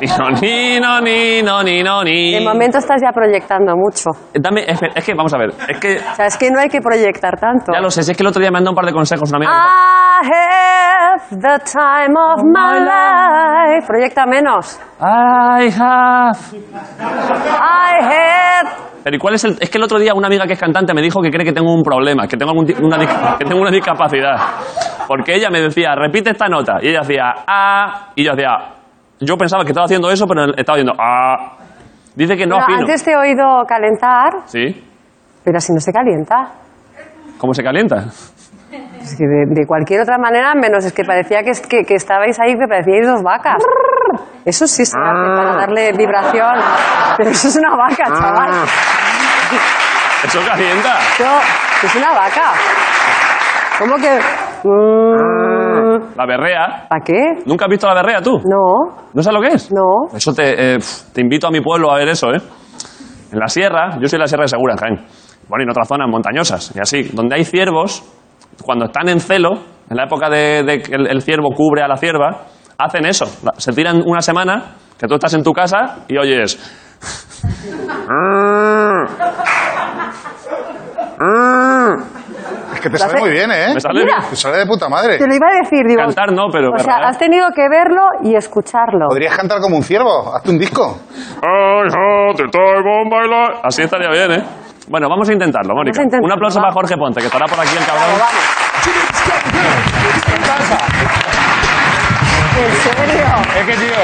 [SPEAKER 1] Y no, ni, no, ni, no, ni, no, ni.
[SPEAKER 10] De momento estás ya proyectando mucho.
[SPEAKER 1] Dame- es, es que, vamos a ver, es que...
[SPEAKER 10] O sea, es que no hay que proyectar tanto.
[SPEAKER 1] Ya lo sé, si es que el otro día me han dado un par de consejos una amiga. que-
[SPEAKER 10] I have the time of my life. Proyecta menos.
[SPEAKER 1] I have
[SPEAKER 10] I have
[SPEAKER 1] Pero ¿y cuál es el...? Es que el otro día una amiga que es cantante me dijo que cree que tengo un problema, que tengo, algún di- una, dis- que tengo una discapacidad. Porque ella me decía, repite esta nota. Y ella hacía, ah... Y yo hacía... Yo pensaba que estaba haciendo eso, pero estaba haciendo, ah... Dice que no
[SPEAKER 10] Pero
[SPEAKER 1] afino.
[SPEAKER 10] antes te he oído calentar,
[SPEAKER 1] ¿Sí?
[SPEAKER 10] pero así no se calienta.
[SPEAKER 1] ¿Cómo se calienta?
[SPEAKER 10] Es que de, de cualquier otra manera, menos es que parecía que, es- que, que estabais ahí, que parecíais dos vacas. Eso sí se hace para darle vibración. Pero eso es una vaca, chaval.
[SPEAKER 1] Eso calienta.
[SPEAKER 10] Yo, es una vaca. ¿Cómo que...?
[SPEAKER 1] La berrea.
[SPEAKER 10] ¿Para qué?
[SPEAKER 1] ¿Nunca has visto la berrea tú?
[SPEAKER 10] No,
[SPEAKER 1] ¿No sabes lo que es?
[SPEAKER 10] no.
[SPEAKER 1] Eso te, eh, pf, te invito a mi pueblo a ver eso, ¿eh? En la sierra, yo soy de la sierra de Segura, en Jaén. Bueno, y en otras zonas montañosas, y así, donde hay ciervos, cuando están en celo, en la época de, de que el, el ciervo cubre a la cierva, hacen eso. La- Se tiran una semana, que tú estás en tu casa y oyes...
[SPEAKER 4] Es que te
[SPEAKER 10] Lo
[SPEAKER 4] sale
[SPEAKER 10] hace-
[SPEAKER 4] muy bien, ¿eh?
[SPEAKER 1] ¿Me sale?
[SPEAKER 10] Mira.
[SPEAKER 4] Te sale de puta madre.
[SPEAKER 10] Te lo iba a decir, digo...
[SPEAKER 1] pues, Cantar no, pero
[SPEAKER 10] O sea,
[SPEAKER 1] berrear.
[SPEAKER 10] has tenido que verlo y escucharlo.
[SPEAKER 4] Podrías cantar como un ciervo. Hazte un disco.
[SPEAKER 1] Ay, ja, te traigo un baila- Así estaría bien, ¿eh? Bueno, vamos a intentarlo, Mónica.
[SPEAKER 10] a intentarlo,
[SPEAKER 1] un aplauso
[SPEAKER 10] va.
[SPEAKER 1] para Jorge Ponte, que estará por aquí el cabrón.
[SPEAKER 10] ¿En serio?
[SPEAKER 2] Es que, tío.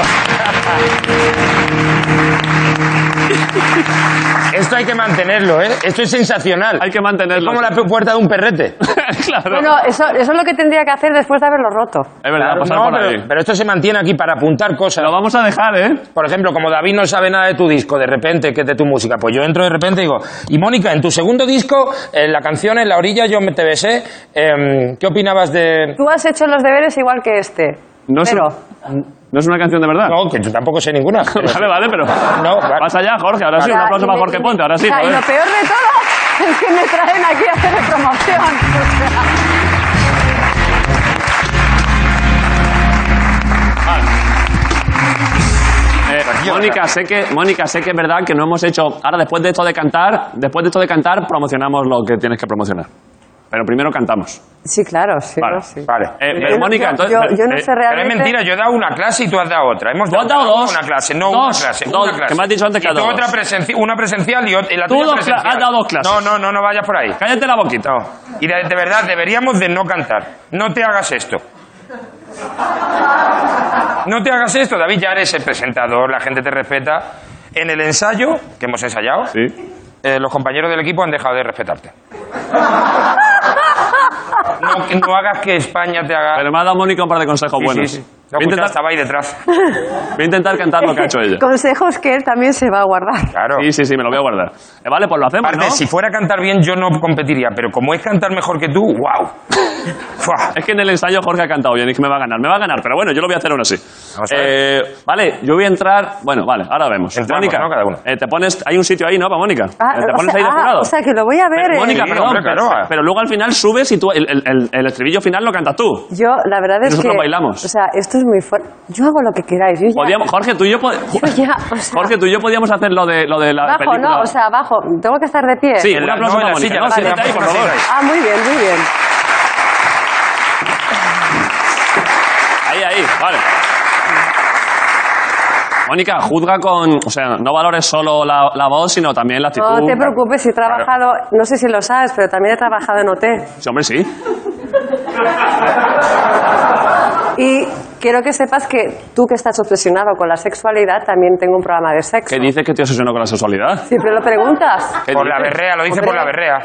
[SPEAKER 2] Esto hay que mantenerlo, ¿eh? Esto es sensacional.
[SPEAKER 1] Hay que
[SPEAKER 2] Es
[SPEAKER 1] mantenerlo.
[SPEAKER 2] como la puerta de un perrete.
[SPEAKER 1] claro.
[SPEAKER 10] Bueno, eso, eso es lo que tendría que hacer después de haberlo roto.
[SPEAKER 1] es verdad,
[SPEAKER 2] Claro,
[SPEAKER 1] pasar
[SPEAKER 2] no,
[SPEAKER 1] por ahí.
[SPEAKER 2] pero, pero esto se mantiene aquí para apuntar cosas.
[SPEAKER 1] Lo vamos a dejar, ¿eh?
[SPEAKER 2] Por ejemplo, como David no sabe nada de tu disco, de repente, que es de tu música, pues yo entro de repente y digo, y Mónica, en tu segundo disco, en la canción En la orilla yo me te besé, em, ¿qué opinabas de...?
[SPEAKER 10] Tú has hecho los deberes igual que este.
[SPEAKER 1] No es,
[SPEAKER 10] pero,
[SPEAKER 1] un- no es una canción de verdad.
[SPEAKER 2] No, que yo tampoco sé ninguna. pero-
[SPEAKER 1] vale, vale, pero.
[SPEAKER 2] No, vale.
[SPEAKER 1] Vas allá, Jorge, ahora sí,
[SPEAKER 10] o
[SPEAKER 1] un
[SPEAKER 10] sea,
[SPEAKER 1] aplauso
[SPEAKER 10] y
[SPEAKER 1] para
[SPEAKER 10] me-
[SPEAKER 1] Jorge Ponte, ahora sí.
[SPEAKER 10] o sea, y
[SPEAKER 1] joder.
[SPEAKER 10] lo peor de todo es que me traen aquí a hacer promoción. O sea,
[SPEAKER 1] Eh, Mónica, sé que, Mónica, sé que es verdad que no hemos hecho. Ahora, después de esto de cantar, después de esto de cantar, promocionamos lo que tienes que promocionar. Pero primero cantamos.
[SPEAKER 10] sí, claro, sí.
[SPEAKER 1] Vale,
[SPEAKER 10] no, sí.
[SPEAKER 2] Vale.
[SPEAKER 1] Eh,
[SPEAKER 10] Yo
[SPEAKER 1] pero
[SPEAKER 10] no-
[SPEAKER 1] Mónica,
[SPEAKER 10] yo-
[SPEAKER 1] entonces.
[SPEAKER 10] yo- yo no
[SPEAKER 1] eh,
[SPEAKER 10] sé
[SPEAKER 2] Pero es
[SPEAKER 10] realmente-
[SPEAKER 2] mentira, yo he dado una clase y tú has dado otra. Hemos
[SPEAKER 1] Tú has dado dos.
[SPEAKER 2] Una clase, no
[SPEAKER 1] Dos,
[SPEAKER 2] una clase.
[SPEAKER 1] dos,
[SPEAKER 2] una clase.
[SPEAKER 1] que me has dicho antes que
[SPEAKER 2] Y
[SPEAKER 1] has dado
[SPEAKER 2] tú otra
[SPEAKER 1] dos.
[SPEAKER 2] presenci- una presencial y, ot- y la
[SPEAKER 1] Tú
[SPEAKER 2] tuya
[SPEAKER 1] dos cla-
[SPEAKER 2] presencial.
[SPEAKER 1] has dado dos clases.
[SPEAKER 2] No, no, no, no vayas por ahí.
[SPEAKER 1] Cállate la boquita.
[SPEAKER 2] No. Y de, de verdad, deberíamos de no cantar. No te hagas esto. No te hagas esto, David, ya eres el presentador, la gente te respeta. En el ensayo, que hemos ensayado,
[SPEAKER 1] Sí.
[SPEAKER 2] eh, los compañeros del equipo han dejado de respetarte. No, no hagas que España te haga...
[SPEAKER 1] Pero me ha dado Mónica un par de consejos
[SPEAKER 2] Sí,
[SPEAKER 1] buenos.
[SPEAKER 2] Ah, sí, sí. No,
[SPEAKER 1] Voy,
[SPEAKER 2] escucha,
[SPEAKER 1] a intentar,
[SPEAKER 2] estaba ahí detrás.
[SPEAKER 1] voy a intentar cantar lo que ha hecho ella.
[SPEAKER 10] Consejos que él también se va a guardar.
[SPEAKER 2] Claro.
[SPEAKER 1] Sí, sí, sí, me lo voy a guardar. Eh, vale, pues lo hacemos,
[SPEAKER 2] Aparte,
[SPEAKER 1] ¿no?
[SPEAKER 2] si fuera a cantar bien, yo no competiría, pero como es cantar mejor que tú, wow.
[SPEAKER 1] Es que en el ensayo Jorge ha cantado bien y que me va a ganar. Me va a ganar, pero bueno, yo lo voy a hacer aún así.
[SPEAKER 2] Vamos a ver.
[SPEAKER 1] Eh, vale, yo voy a entrar. Bueno, vale, ahora vemos.
[SPEAKER 2] Entramos,
[SPEAKER 1] Mónica,
[SPEAKER 2] ¿no? Cada uno.
[SPEAKER 1] eh, te pones, hay un sitio ahí, ¿no? Para Mónica.
[SPEAKER 10] Ah,
[SPEAKER 1] Eh, te
[SPEAKER 10] o
[SPEAKER 1] pones
[SPEAKER 10] sea-
[SPEAKER 1] ahí de
[SPEAKER 10] ah,
[SPEAKER 1] jurado.
[SPEAKER 10] o sea, que lo voy a ver. eh.
[SPEAKER 1] Mónica,
[SPEAKER 2] Sí,
[SPEAKER 1] perdón.
[SPEAKER 2] hombre,
[SPEAKER 1] pero,
[SPEAKER 2] claro.
[SPEAKER 1] pero luego al final subes y tú el, el- el- el estribillo final lo cantas tú.
[SPEAKER 10] Yo, la verdad es
[SPEAKER 1] Nosotros
[SPEAKER 10] que...
[SPEAKER 1] bailamos.
[SPEAKER 10] O sea, esto es muy fuerte. Yo hago lo que queráis. Yo ya-
[SPEAKER 1] Podíamos- Jorge, tú y yo. pod-
[SPEAKER 10] Yo ya, o sea-
[SPEAKER 1] Jorge, tú y yo podíamos hacer lo de, lo de la
[SPEAKER 10] Bajo,
[SPEAKER 1] película.
[SPEAKER 10] no, o sea, bajo. Tengo que estar de pie.
[SPEAKER 1] sí,
[SPEAKER 2] En
[SPEAKER 1] un
[SPEAKER 2] la-
[SPEAKER 1] aplauso
[SPEAKER 2] no, en
[SPEAKER 1] para
[SPEAKER 2] la
[SPEAKER 1] Mónica.
[SPEAKER 2] silla,
[SPEAKER 1] no,
[SPEAKER 2] vale,
[SPEAKER 1] siéntate ahí,
[SPEAKER 2] vamos
[SPEAKER 1] por
[SPEAKER 2] a la
[SPEAKER 1] favor.
[SPEAKER 2] silla.
[SPEAKER 10] Ah, muy bien, muy bien.
[SPEAKER 1] Ahí, ahí, vale. Mónica, juzga con. O sea, no valores solo la, la voz, sino también la actitud.
[SPEAKER 10] No te preocupes, he trabajado, no sé si lo sabes, pero también he trabajado en OT.
[SPEAKER 1] Sí, hombre, sí.
[SPEAKER 10] Y quiero que sepas que tú que estás obsesionado con la sexualidad, también tengo un programa de sexo.
[SPEAKER 1] ¿Qué dices que te obsesionó con la sexualidad?
[SPEAKER 10] Siempre lo preguntas.
[SPEAKER 1] ¿Qué
[SPEAKER 2] Por la
[SPEAKER 1] dices?
[SPEAKER 2] berrea, lo dice por la berrea.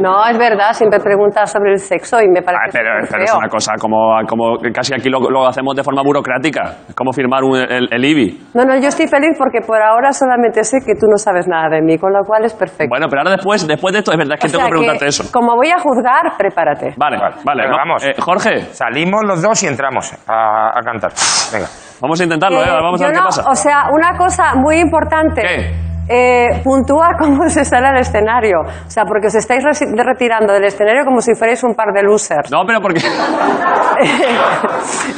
[SPEAKER 10] No, es verdad, siempre preguntas sobre el sexo y me
[SPEAKER 1] Ah,
[SPEAKER 10] parece
[SPEAKER 1] pero,
[SPEAKER 10] súper
[SPEAKER 1] pero es
[SPEAKER 10] feo.
[SPEAKER 1] una cosa como, como que casi aquí lo, lo hacemos de forma burocrática. Es como firmar un- el, el IBI.
[SPEAKER 10] No, no, yo estoy feliz porque por ahora solamente sé que tú no sabes nada de mí, con lo cual es perfecto.
[SPEAKER 1] Bueno, pero ahora después, después de esto, es verdad es que
[SPEAKER 10] O
[SPEAKER 1] tengo
[SPEAKER 10] sea
[SPEAKER 1] que preguntarte eso.
[SPEAKER 10] Como voy a juzgar, prepárate.
[SPEAKER 1] Vale, vale.
[SPEAKER 2] Venga,
[SPEAKER 1] no,
[SPEAKER 2] vamos.
[SPEAKER 1] eh, Jorge,
[SPEAKER 2] Salimos los dos y entramos a, a cantar. Venga.
[SPEAKER 1] vamos a intentarlo,
[SPEAKER 10] Eh,
[SPEAKER 1] eh, vamos a
[SPEAKER 10] yo
[SPEAKER 1] ver qué
[SPEAKER 10] no-
[SPEAKER 1] pasa.
[SPEAKER 10] O sea, una cosa muy importante.
[SPEAKER 1] ¿Qué?
[SPEAKER 10] eh, puntuar cómo se sale al escenario. O sea, porque os estáis resi- retirando del escenario como si fuerais un par de losers.
[SPEAKER 1] No, pero porque,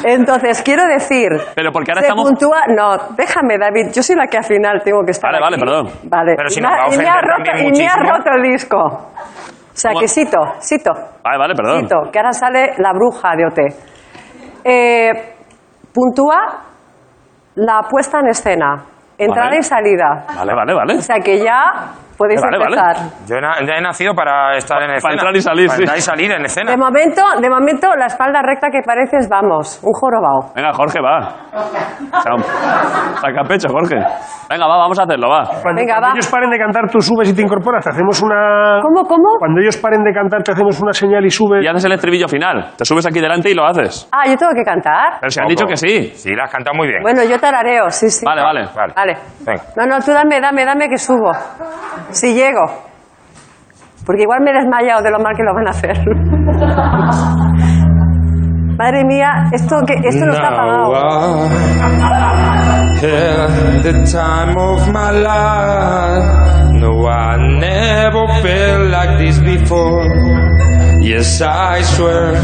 [SPEAKER 10] Entonces, quiero decir.
[SPEAKER 1] pero porque ahora
[SPEAKER 10] se
[SPEAKER 1] estamos.
[SPEAKER 10] puntúa. No, déjame, David. Yo soy la que al final tengo que estar.
[SPEAKER 1] Vale, vale,
[SPEAKER 10] aquí.
[SPEAKER 1] perdón.
[SPEAKER 10] Vale.
[SPEAKER 2] Pero si
[SPEAKER 10] y
[SPEAKER 2] nos
[SPEAKER 10] me
[SPEAKER 2] va a
[SPEAKER 10] ha- y me
[SPEAKER 2] ofender
[SPEAKER 10] ha roto,
[SPEAKER 2] también
[SPEAKER 10] y me ha
[SPEAKER 2] muchísimo.
[SPEAKER 10] roto el disco. O sea,
[SPEAKER 1] ¿Cómo?
[SPEAKER 10] que Sito, Sito.
[SPEAKER 1] Vale, vale, perdón.
[SPEAKER 10] Cito, que ahora sale la bruja de OT. Eh, puntúa la puesta en escena, entrada
[SPEAKER 1] Vale.
[SPEAKER 10] y salida.
[SPEAKER 1] Vale, vale, vale.
[SPEAKER 10] O sea que ya Podéis
[SPEAKER 1] Vale, vale.
[SPEAKER 10] empezar.
[SPEAKER 2] Yo he, na- ya he nacido para estar en escena.
[SPEAKER 1] entrar y salir,
[SPEAKER 2] Para
[SPEAKER 1] sí.
[SPEAKER 2] entrar y salir en escena.
[SPEAKER 10] De momento, de momento, la espalda recta que pareces, vamos, un jorobao.
[SPEAKER 1] Venga, Jorge, va. Sa- Saca pecho, Jorge. Venga, va, vamos a hacerlo, va.
[SPEAKER 5] Cuando,
[SPEAKER 10] Venga,
[SPEAKER 5] cuando
[SPEAKER 10] va.
[SPEAKER 5] ellos paren de cantar, tú subes y te incorporas. Te hacemos una.
[SPEAKER 10] ¿Cómo, cómo?
[SPEAKER 5] Cuando ellos paren de cantar, te hacemos una señal y subes.
[SPEAKER 1] Y haces el estribillo final. Te subes aquí delante y lo haces.
[SPEAKER 10] Ah, yo tengo que cantar.
[SPEAKER 1] Pero se han
[SPEAKER 2] Poco.
[SPEAKER 1] dicho que sí.
[SPEAKER 2] Sí, la has cantado muy bien.
[SPEAKER 10] Bueno, yo tarareo, sí, sí.
[SPEAKER 1] Vale, vale.
[SPEAKER 2] Vale.
[SPEAKER 10] Vale.
[SPEAKER 2] Venga.
[SPEAKER 10] No, no, tú dame, dame, dame que subo. Si llego. Porque igual me he desmayado de lo mal que lo van a hacer. Madre mía, esto, que, esto no está
[SPEAKER 2] Now
[SPEAKER 10] pagado.
[SPEAKER 2] I had the time of my life. No, I never felt like this before. Yes, I swear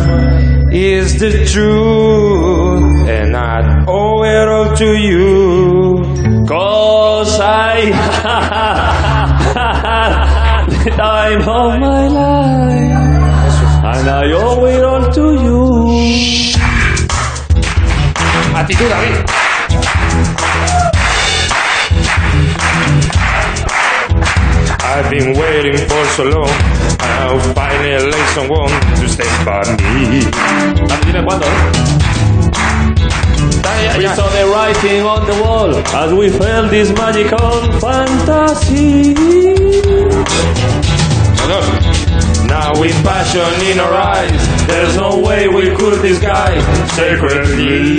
[SPEAKER 2] it's the truth, and I owe it all to you.
[SPEAKER 1] Cosa y... The time of my life. And I owe it all to you.
[SPEAKER 2] Actitud, David. I've been waiting for so long. Now finally someone to stand by me.
[SPEAKER 1] Dale, dime cuándo, ¿eh? We saw the writing on the wall as we felt this magical fantasy.
[SPEAKER 2] Now with passion in our eyes, there's no way we could disguise secretly.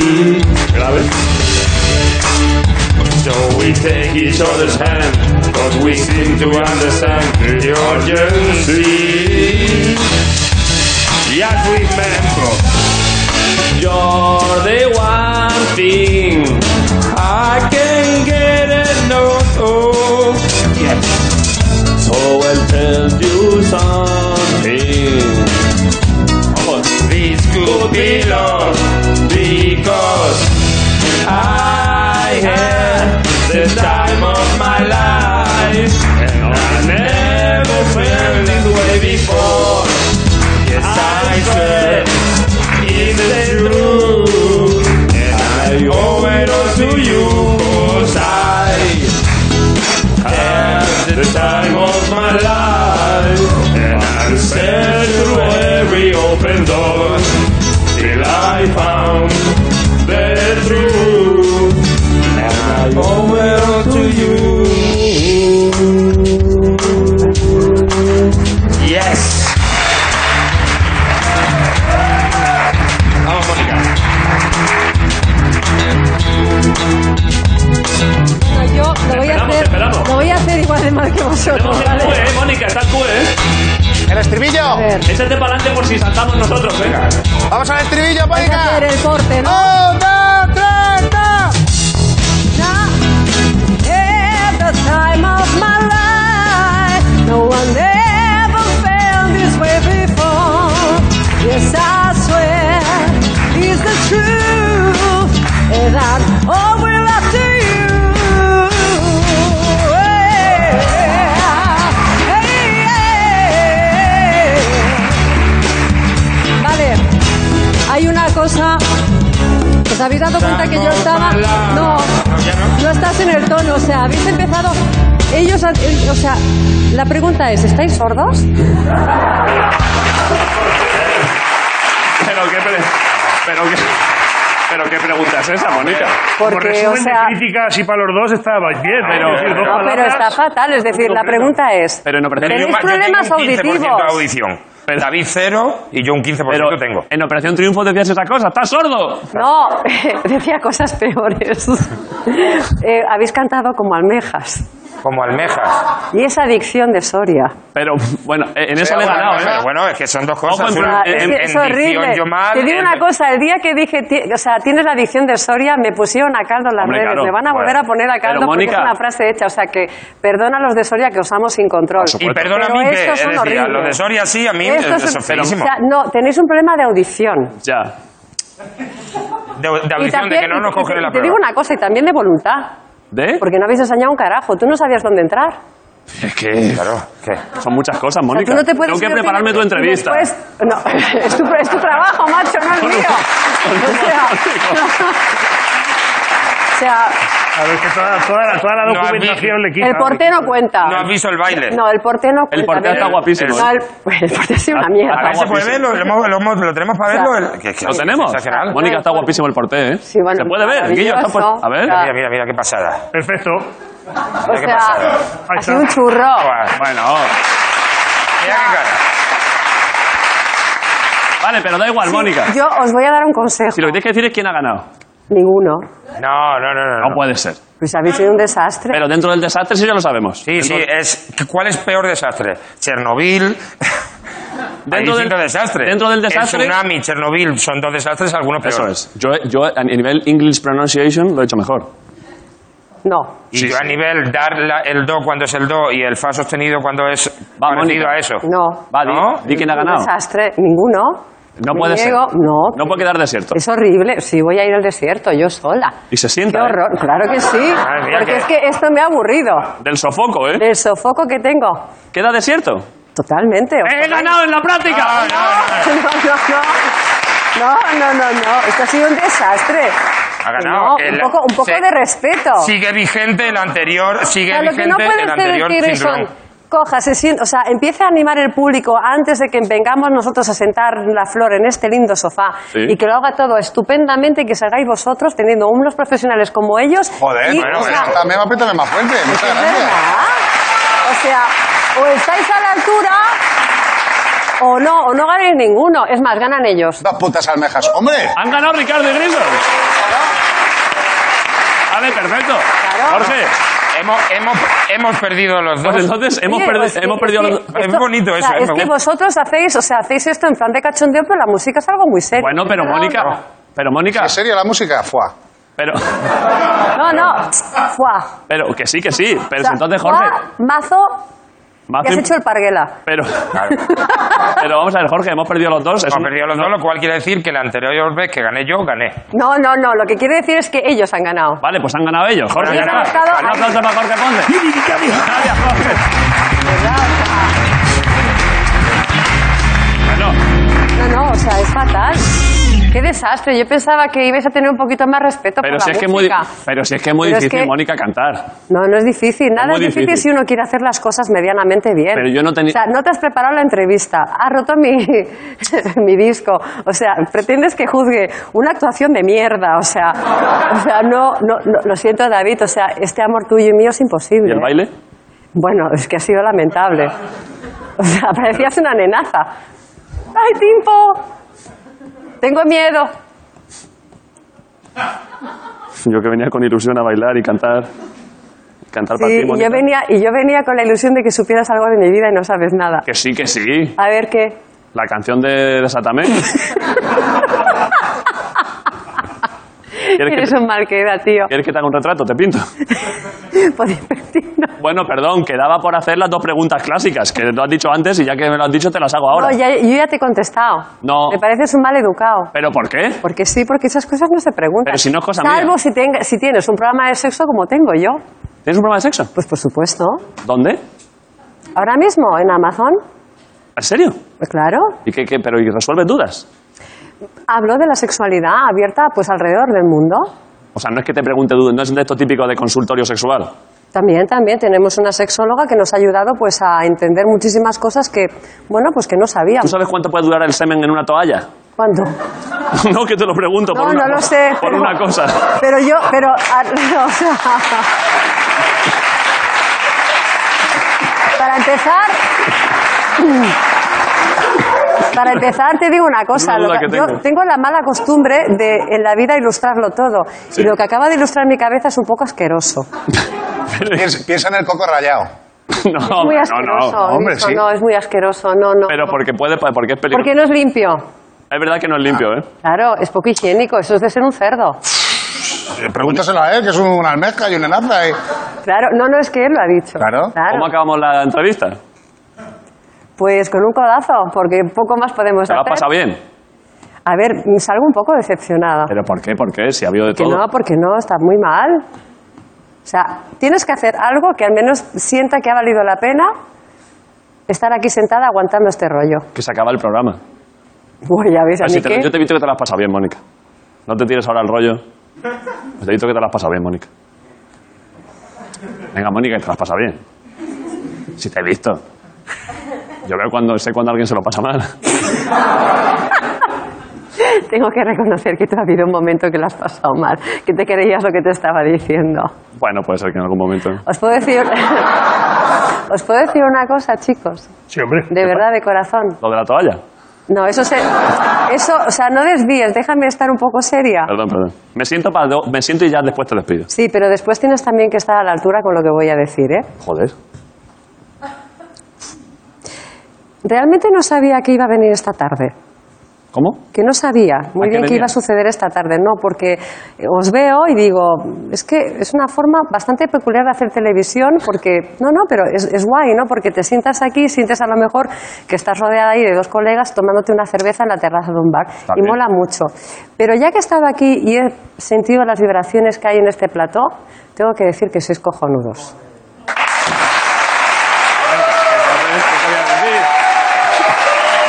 [SPEAKER 2] So we take each other's hand, cause we seem to understand the urgency. Yes, remember,
[SPEAKER 1] You're the one thing
[SPEAKER 2] I can get enough. Oh,
[SPEAKER 1] so I'll tell you something.
[SPEAKER 2] this could be lost because I had the time of my life, and I never felt this way before. Yes, I swear it's the truth, and I owe it all to you 'cause I had the time of my life, and I said through every open door till I found the truth, and I owe it all to you. Yes. Vamos, Mónica.
[SPEAKER 10] Bueno, yo lo voy, a
[SPEAKER 1] Esperamos,
[SPEAKER 10] hacer,
[SPEAKER 1] esperamos.
[SPEAKER 10] lo voy a hacer igual de mal que vosotros,
[SPEAKER 1] Está
[SPEAKER 10] ¿vale?
[SPEAKER 1] en Q, eh, Mónica, está en Q, eh.
[SPEAKER 4] ¡El estribillo!
[SPEAKER 10] A ver,
[SPEAKER 1] Échate para adelante por si saltamos nosotros, ¿eh? venga.
[SPEAKER 4] ¡Vamos al estribillo,
[SPEAKER 10] vais a hacer
[SPEAKER 4] Mónica!
[SPEAKER 10] el corte, ¿no?
[SPEAKER 4] ¡Un, dos, tres, tres!
[SPEAKER 10] Now, at the time of my life, no one ever felt this way before. Yes, I swear, it's the truth, and I'm always after you. Hey, hey, hey. Vale, hay una cosa. ¿Os habéis dado cuenta que yo estaba.? No, no estás en el tono, o sea, habéis empezado. Ellos, han- el- o sea, la pregunta es: ¿estáis sordos?
[SPEAKER 1] Pero qué, pre- pero qué, pero qué pregunta es esa, Mónica.
[SPEAKER 5] Por
[SPEAKER 10] Porque,
[SPEAKER 5] resumen
[SPEAKER 10] o sea.
[SPEAKER 5] de críticas y para los dos estaba bien, pero,
[SPEAKER 1] pero-
[SPEAKER 5] dos
[SPEAKER 10] No, pero
[SPEAKER 5] palabras-
[SPEAKER 10] está fatal, es decir, la pregunta es:
[SPEAKER 1] Pero en Operación
[SPEAKER 10] ¿tenéis
[SPEAKER 1] Triunfo,
[SPEAKER 2] Yo tengo
[SPEAKER 10] problemas
[SPEAKER 2] un 15% de
[SPEAKER 10] auditivos?
[SPEAKER 2] audición. David cero y yo un 15%
[SPEAKER 1] pero
[SPEAKER 2] tengo.
[SPEAKER 1] en Operación Triunfo decías esa cosa, ¿estás sordo?
[SPEAKER 10] No, decía cosas peores. Eh, habéis cantado como almejas.
[SPEAKER 2] Como almejas.
[SPEAKER 10] Y esa adicción de Soria.
[SPEAKER 1] Pero bueno, eh, en eso le he
[SPEAKER 2] Bueno,
[SPEAKER 1] ganado,
[SPEAKER 2] pero
[SPEAKER 1] ¿eh?
[SPEAKER 2] bueno, es que son dos
[SPEAKER 1] Ojo,
[SPEAKER 2] cosas.
[SPEAKER 1] en
[SPEAKER 2] Una-
[SPEAKER 1] plan,
[SPEAKER 10] Ah,
[SPEAKER 1] en-
[SPEAKER 10] es que
[SPEAKER 2] en
[SPEAKER 10] es
[SPEAKER 2] dicción
[SPEAKER 10] horrible.
[SPEAKER 2] yo mal,
[SPEAKER 10] Te digo
[SPEAKER 2] en-
[SPEAKER 10] una cosa, el día que dije, ti- o sea, tienes la adicción de Soria, me pusieron a caldo en las
[SPEAKER 1] Hombre,
[SPEAKER 10] redes,
[SPEAKER 1] claro.
[SPEAKER 10] me van a
[SPEAKER 1] Bueno.
[SPEAKER 10] volver a poner a
[SPEAKER 1] Pero,
[SPEAKER 10] caldo porque
[SPEAKER 1] Mónica-
[SPEAKER 10] es una frase hecha, o sea que perdona a los de Soria que os amo sin control.
[SPEAKER 2] Y perdona a mí
[SPEAKER 10] Pero
[SPEAKER 2] que,
[SPEAKER 10] estos
[SPEAKER 2] es
[SPEAKER 10] son
[SPEAKER 2] decir, a
[SPEAKER 10] horribles.
[SPEAKER 2] lo de Soria sí, a mí
[SPEAKER 10] Estos
[SPEAKER 2] es
[SPEAKER 10] son-
[SPEAKER 2] feísimo.
[SPEAKER 10] o sea, no, tenéis un problema de audición.
[SPEAKER 1] Ya.
[SPEAKER 2] De, de audición, de que no nos
[SPEAKER 10] y-
[SPEAKER 2] cogen
[SPEAKER 10] y-
[SPEAKER 2] la
[SPEAKER 10] te digo
[SPEAKER 2] prueba.
[SPEAKER 10] una cosa, y también de voluntad,
[SPEAKER 1] ¿De?
[SPEAKER 10] porque no habéis enseñado un carajo, tú no sabías dónde entrar.
[SPEAKER 1] Es que
[SPEAKER 2] Claro, ¿qué?
[SPEAKER 1] son muchas cosas,
[SPEAKER 10] O sea,
[SPEAKER 1] Mónica.
[SPEAKER 10] tú no te puedes
[SPEAKER 1] Tengo que
[SPEAKER 10] ir a
[SPEAKER 1] prepararme tu
[SPEAKER 10] tener- y
[SPEAKER 1] entrevista.
[SPEAKER 10] después- no, es tu, es tu trabajo, macho, no es mío. O sea, o sea,
[SPEAKER 5] A ver, que toda, toda la, toda la
[SPEAKER 2] No, a mí-
[SPEAKER 5] documentación le quita.
[SPEAKER 10] El porte no cuenta.
[SPEAKER 2] No has visto el baile.
[SPEAKER 10] No, el porte no cuenta.
[SPEAKER 1] El portero está guapísimo, ¿eh? Ah,
[SPEAKER 10] No, el, el porte ha sido una mierda.
[SPEAKER 2] A ver, ¿se puede ver? ¿Lo, lo hemos- lo hemos- lo tenemos para
[SPEAKER 10] Claro.
[SPEAKER 2] verlo? El- que- que-
[SPEAKER 1] ¿Lo tenemos?
[SPEAKER 2] sensacional.
[SPEAKER 1] Mónica, está guapísimo el porté, ¿eh?
[SPEAKER 10] Sí, bueno,
[SPEAKER 1] ¿Se puede ver? Guillo, está
[SPEAKER 10] maravilloso.
[SPEAKER 1] por- A ver.
[SPEAKER 10] Ya.
[SPEAKER 2] Mira, mira, mira qué pasada.
[SPEAKER 5] Perfecto.
[SPEAKER 10] O sea,
[SPEAKER 5] Ahí
[SPEAKER 10] ha sido
[SPEAKER 5] está.
[SPEAKER 10] un churro.
[SPEAKER 1] Bueno.
[SPEAKER 2] Mira qué cara.
[SPEAKER 1] Vale, pero da igual, Mónica.
[SPEAKER 10] Yo os voy a dar un consejo.
[SPEAKER 1] Si lo que tienes que decir es quién ha ganado.
[SPEAKER 10] Ninguno.
[SPEAKER 2] No, no, no, no,
[SPEAKER 1] No
[SPEAKER 2] no.
[SPEAKER 1] puede ser.
[SPEAKER 10] Pues habéis sido un desastre.
[SPEAKER 1] Pero dentro del desastre sí ya lo sabemos.
[SPEAKER 2] Sí, sí, es. ¿Cuál es peor desastre? Chernobyl. Hay
[SPEAKER 1] Dentro del-
[SPEAKER 2] distintos desastres.
[SPEAKER 1] dentro del desastre-
[SPEAKER 2] El tsunami, Chernobyl, son dos desastres, algunos peores.
[SPEAKER 1] Eso es. Yo, yo a nivel English pronunciation lo he hecho mejor.
[SPEAKER 10] No.
[SPEAKER 2] Y yo a nivel dar la- el do cuando es el do y el fa sostenido cuando es
[SPEAKER 1] Va,
[SPEAKER 2] parecido
[SPEAKER 1] Mónica.
[SPEAKER 2] a eso.
[SPEAKER 10] No.
[SPEAKER 1] Va, di-
[SPEAKER 2] ¿No?
[SPEAKER 1] di, quién ha
[SPEAKER 10] Un
[SPEAKER 1] ganado.
[SPEAKER 10] desastre. Ninguno.
[SPEAKER 1] No
[SPEAKER 10] Me
[SPEAKER 1] puede ser.
[SPEAKER 10] niego. No.
[SPEAKER 1] No puede quedar desierto.
[SPEAKER 10] Es horrible. Sí, voy a ir al desierto yo sola.
[SPEAKER 1] Y se
[SPEAKER 10] Qué
[SPEAKER 1] sienta. ¿eh?
[SPEAKER 10] horror. Claro que sí.
[SPEAKER 2] Madre mía,
[SPEAKER 10] Porque
[SPEAKER 2] que-
[SPEAKER 10] es que esto me ha aburrido.
[SPEAKER 1] Del sofoco, ¿eh?
[SPEAKER 10] El sofoco que tengo.
[SPEAKER 1] ¿Queda desierto?
[SPEAKER 10] Totalmente. os
[SPEAKER 1] ¡He ganado en la práctica!
[SPEAKER 10] No, no, no. No, no, no, no. Esto ha sido un desastre.
[SPEAKER 2] Ha ganado.
[SPEAKER 10] Que no,
[SPEAKER 2] El-
[SPEAKER 10] un poco, un poco
[SPEAKER 2] se-
[SPEAKER 10] de respeto.
[SPEAKER 2] Sigue vigente el anterior, sigue
[SPEAKER 10] O sea, lo que
[SPEAKER 2] vigente
[SPEAKER 10] no
[SPEAKER 2] el
[SPEAKER 10] puede
[SPEAKER 2] anterior
[SPEAKER 10] ser decir es
[SPEAKER 2] cinturón.
[SPEAKER 10] coja, se sienta, o sea, empieza a animar el público antes de que vengamos nosotros a sentar la flor en este lindo sofá
[SPEAKER 1] Sí.
[SPEAKER 10] y que lo haga todo estupendamente y que salgáis vosotros teniendo unos profesionales como ellos.
[SPEAKER 4] Joder,
[SPEAKER 10] y,
[SPEAKER 4] bueno,
[SPEAKER 10] o sea,
[SPEAKER 4] bueno, también apriétame más fuerte. Muchas
[SPEAKER 10] es
[SPEAKER 4] gracias.
[SPEAKER 10] verdad. O sea, o estáis a la altura o no, o no ganáis ninguno. Es más, ganan ellos.
[SPEAKER 4] Dos putas almejas. ¡Hombre!
[SPEAKER 1] Han ganado Ricardo y Griso. Vale, perfecto. Jorge,
[SPEAKER 2] Hemos, hemos, hemos perdido los dos.
[SPEAKER 1] pues entonces hemos,
[SPEAKER 10] Oye,
[SPEAKER 1] perdi-
[SPEAKER 10] pues,
[SPEAKER 1] hemos
[SPEAKER 10] es
[SPEAKER 1] perdido
[SPEAKER 10] que
[SPEAKER 1] los
[SPEAKER 2] Es
[SPEAKER 10] esto-
[SPEAKER 2] bonito
[SPEAKER 10] o sea,
[SPEAKER 2] eso, ¿eh?
[SPEAKER 10] Es
[SPEAKER 2] Me
[SPEAKER 10] que
[SPEAKER 2] gusta.
[SPEAKER 10] vosotros hacéis, o sea, hacéis esto en plan de cachondeo, pero la música es algo muy serio.
[SPEAKER 1] Bueno, pero
[SPEAKER 10] No,
[SPEAKER 1] Mónica... Pero Mónica...
[SPEAKER 4] ¿En serio la música? Fua.
[SPEAKER 1] Pero,
[SPEAKER 10] No, no. Fuá.
[SPEAKER 1] pero que sí, que sí. Pero
[SPEAKER 10] O
[SPEAKER 1] Pues
[SPEAKER 10] sea,
[SPEAKER 1] entonces, Jorge...
[SPEAKER 10] fuá, mazo,
[SPEAKER 1] más
[SPEAKER 10] que has
[SPEAKER 1] bien-
[SPEAKER 10] hecho el parguela.
[SPEAKER 1] Pero, pero vamos a ver, Jorge, hemos perdido los dos. Es
[SPEAKER 2] Hemos
[SPEAKER 1] un-
[SPEAKER 2] perdido los dos, lo cual quiere decir que la anterior vez que gané yo, gané.
[SPEAKER 10] No, no, no. Lo que quiere decir es que ellos han ganado.
[SPEAKER 1] Vale, pues han ganado ellos, Jorge.
[SPEAKER 10] Ellos
[SPEAKER 1] ya
[SPEAKER 10] han
[SPEAKER 1] está.
[SPEAKER 10] estado
[SPEAKER 1] Un aplauso para Jorge Ponce. Gracias, Jorge. Bueno,
[SPEAKER 10] No, no, o sea, es fatal. Qué desastre. Yo pensaba que ibais a tener un poquito más respeto
[SPEAKER 1] pero
[SPEAKER 10] por
[SPEAKER 1] si,
[SPEAKER 10] la
[SPEAKER 1] es que es muy,
[SPEAKER 10] música.
[SPEAKER 1] pero si es que es muy
[SPEAKER 10] Pero es
[SPEAKER 1] difícil,
[SPEAKER 10] que-
[SPEAKER 1] Mónica, cantar.
[SPEAKER 10] No, no es difícil. Nada es
[SPEAKER 1] muy
[SPEAKER 10] difícil,
[SPEAKER 1] difícil.
[SPEAKER 10] si uno quiere hacer las cosas medianamente bien.
[SPEAKER 1] Pero yo no tenía-
[SPEAKER 10] O sea, no te has preparado la entrevista. Has roto mi, mi disco. O sea, pretendes que juzgue una actuación de mierda. O sea, o sea no, no, no- lo siento, David. O sea, este amor tuyo y mío es imposible.
[SPEAKER 1] ¿Y el baile?
[SPEAKER 10] Bueno, es que ha sido lamentable. O sea, parecías una nenaza. ¡Ay, Timpo! Tengo miedo.
[SPEAKER 1] Yo que venía con ilusión a bailar y cantar. Cantar para
[SPEAKER 10] Sí,
[SPEAKER 1] ti,
[SPEAKER 10] y
[SPEAKER 1] Mónica.
[SPEAKER 10] yo venía, y yo venía con la ilusión de que supieras algo de mi vida y no sabes nada.
[SPEAKER 1] Que sí, que sí.
[SPEAKER 10] A ver qué.
[SPEAKER 1] La canción de Desatame. ¿Quieres que
[SPEAKER 10] Eres
[SPEAKER 1] te-
[SPEAKER 10] un mal queda, tío.
[SPEAKER 1] ¿Quieres que te haga un retrato? Te pinto.
[SPEAKER 10] Podéis mentirnos.
[SPEAKER 1] Bueno, perdón, quedaba por hacer las dos preguntas clásicas, que lo has dicho antes y ya que me lo has dicho te las hago ahora.
[SPEAKER 10] No, ya- yo ya te he contestado.
[SPEAKER 1] No.
[SPEAKER 10] Me pareces un mal educado.
[SPEAKER 1] ¿Pero por qué?
[SPEAKER 10] Porque sí, porque esas cosas no se preguntan.
[SPEAKER 1] Pero si no es cosa
[SPEAKER 10] Salvo
[SPEAKER 1] mía.
[SPEAKER 10] Si, tenga- si tienes un programa de sexo como tengo yo.
[SPEAKER 1] ¿Tienes un problema de sexo?
[SPEAKER 10] Pues por supuesto.
[SPEAKER 1] ¿Dónde?
[SPEAKER 10] Ahora mismo en Amazon,
[SPEAKER 1] ¿En serio?
[SPEAKER 10] pues claro,
[SPEAKER 1] ¿Y qué, qué- pero ¿y resuelves dudas?
[SPEAKER 10] hablo de la sexualidad abierta pues alrededor del mundo.
[SPEAKER 1] O sea, no es que te pregunte dudas, no es de esto típico de consultorio sexual.
[SPEAKER 10] También, también tenemos una sexóloga que nos ha ayudado pues a entender muchísimas cosas que, bueno, pues que no
[SPEAKER 1] ¿Tú
[SPEAKER 10] sabíamos.
[SPEAKER 1] sabes cuánto puede durar el semen en una toalla?
[SPEAKER 10] ¿Cuándo?
[SPEAKER 1] no, que te lo pregunto por
[SPEAKER 10] No,
[SPEAKER 1] una
[SPEAKER 10] no lo
[SPEAKER 1] cosa-
[SPEAKER 10] sé,
[SPEAKER 1] Por
[SPEAKER 10] pero-
[SPEAKER 1] una cosa.
[SPEAKER 10] Pero yo, pero, a- o sea, para empezar, para empezar te digo una cosa,
[SPEAKER 1] Es una duda
[SPEAKER 10] que-
[SPEAKER 1] que
[SPEAKER 10] yo
[SPEAKER 1] tengo.
[SPEAKER 10] tengo la mala costumbre de en la vida ilustrarlo todo y lo que acaba de ilustrar mi cabeza es un poco asqueroso.
[SPEAKER 4] Piensa, piensa en el coco rayado.
[SPEAKER 1] No,
[SPEAKER 10] muy
[SPEAKER 1] no,
[SPEAKER 10] asqueroso,
[SPEAKER 1] no.
[SPEAKER 4] hombre,
[SPEAKER 10] Griso,
[SPEAKER 4] sí.
[SPEAKER 10] no, es muy asqueroso, no, no.
[SPEAKER 1] Pero
[SPEAKER 10] no.
[SPEAKER 1] porque puede, pues, porque es peligroso.
[SPEAKER 10] porque no es limpio.
[SPEAKER 1] Es verdad que no es limpio, ¿eh?
[SPEAKER 10] Claro, es poco higiénico, eso es de ser un cerdo.
[SPEAKER 4] Pregúntaselo a él, que es una almeja y una naza. eh.
[SPEAKER 10] Claro, no, no es que él lo ha dicho.
[SPEAKER 4] Claro.
[SPEAKER 1] ¿Cómo acabamos la entrevista?
[SPEAKER 10] Pues con un codazo, porque poco más podemos
[SPEAKER 1] ¿Te lo has
[SPEAKER 10] hacer.
[SPEAKER 1] pasado bien?
[SPEAKER 10] A ver, salgo un poco decepcionada.
[SPEAKER 1] ¿Pero por qué? ¿Por qué? Si ha habido de
[SPEAKER 10] Que
[SPEAKER 1] todo.
[SPEAKER 10] no, porque no, está muy mal. O sea, tienes que hacer algo que al menos sienta que ha valido la pena estar aquí sentada aguantando este rollo.
[SPEAKER 1] Que se acaba el programa.
[SPEAKER 10] Bueno, ya ves, a
[SPEAKER 1] Ah,
[SPEAKER 10] mí
[SPEAKER 1] sí, te lo-
[SPEAKER 10] qué.
[SPEAKER 1] yo te he visto Pues que te lo has pasado bien, Mónica. No te tires ahora el rollo. Te he visto que te lo has pasado bien, Mónica. Venga, Mónica, que te las pasa bien. Si te he visto. Yo veo cuando sé cuando alguien se lo pasa mal.
[SPEAKER 10] Tengo que reconocer que tú ha habido un momento que lo has pasado mal, que te creías lo que te estaba diciendo.
[SPEAKER 1] Bueno, puede ser que en algún momento.
[SPEAKER 10] Os puedo decir, os puedo decir una cosa, chicos,
[SPEAKER 1] Sí, hombre.
[SPEAKER 10] de verdad, de corazón.
[SPEAKER 1] Lo de la toalla.
[SPEAKER 10] No, eso se, eso, o sea, no desvíes, déjame estar un poco seria.
[SPEAKER 1] Perdón, perdón. Me siento, para me siento y ya después te despido.
[SPEAKER 10] Sí, pero después tienes también que estar a la altura con lo que voy a decir, ¿eh?
[SPEAKER 1] Joder.
[SPEAKER 10] Realmente no sabía que iba a venir esta tarde.
[SPEAKER 1] ¿Cómo?
[SPEAKER 10] Que no sabía muy
[SPEAKER 1] ¿A qué
[SPEAKER 10] bien qué
[SPEAKER 1] venía?
[SPEAKER 10] iba a suceder esta tarde, no, porque eh, os veo y digo, es que es una forma bastante peculiar de hacer televisión, porque, no, no, pero es, es guay, ¿no? Porque te sientas aquí, sientes a lo mejor que estás rodeada ahí de dos colegas tomándote una cerveza en la terraza de un bar, y
[SPEAKER 1] bien.
[SPEAKER 10] mola mucho. Pero ya que he estado aquí y he sentido las vibraciones que hay en este plató, tengo que decir que sois cojonudos.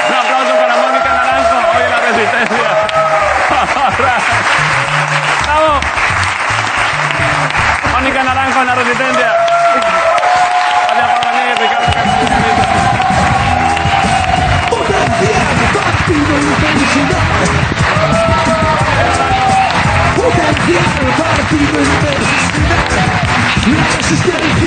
[SPEAKER 1] Un aplauso para Mónica Naranjo, hoy en la Resistencia. ¡Bravo! Mónica Naranjo en la Resistencia. Vaya por venir, Ricardo Castellaneta.
[SPEAKER 9] Potencia, partido, intensidad. Potencial, partido, intensidad. La resistencia.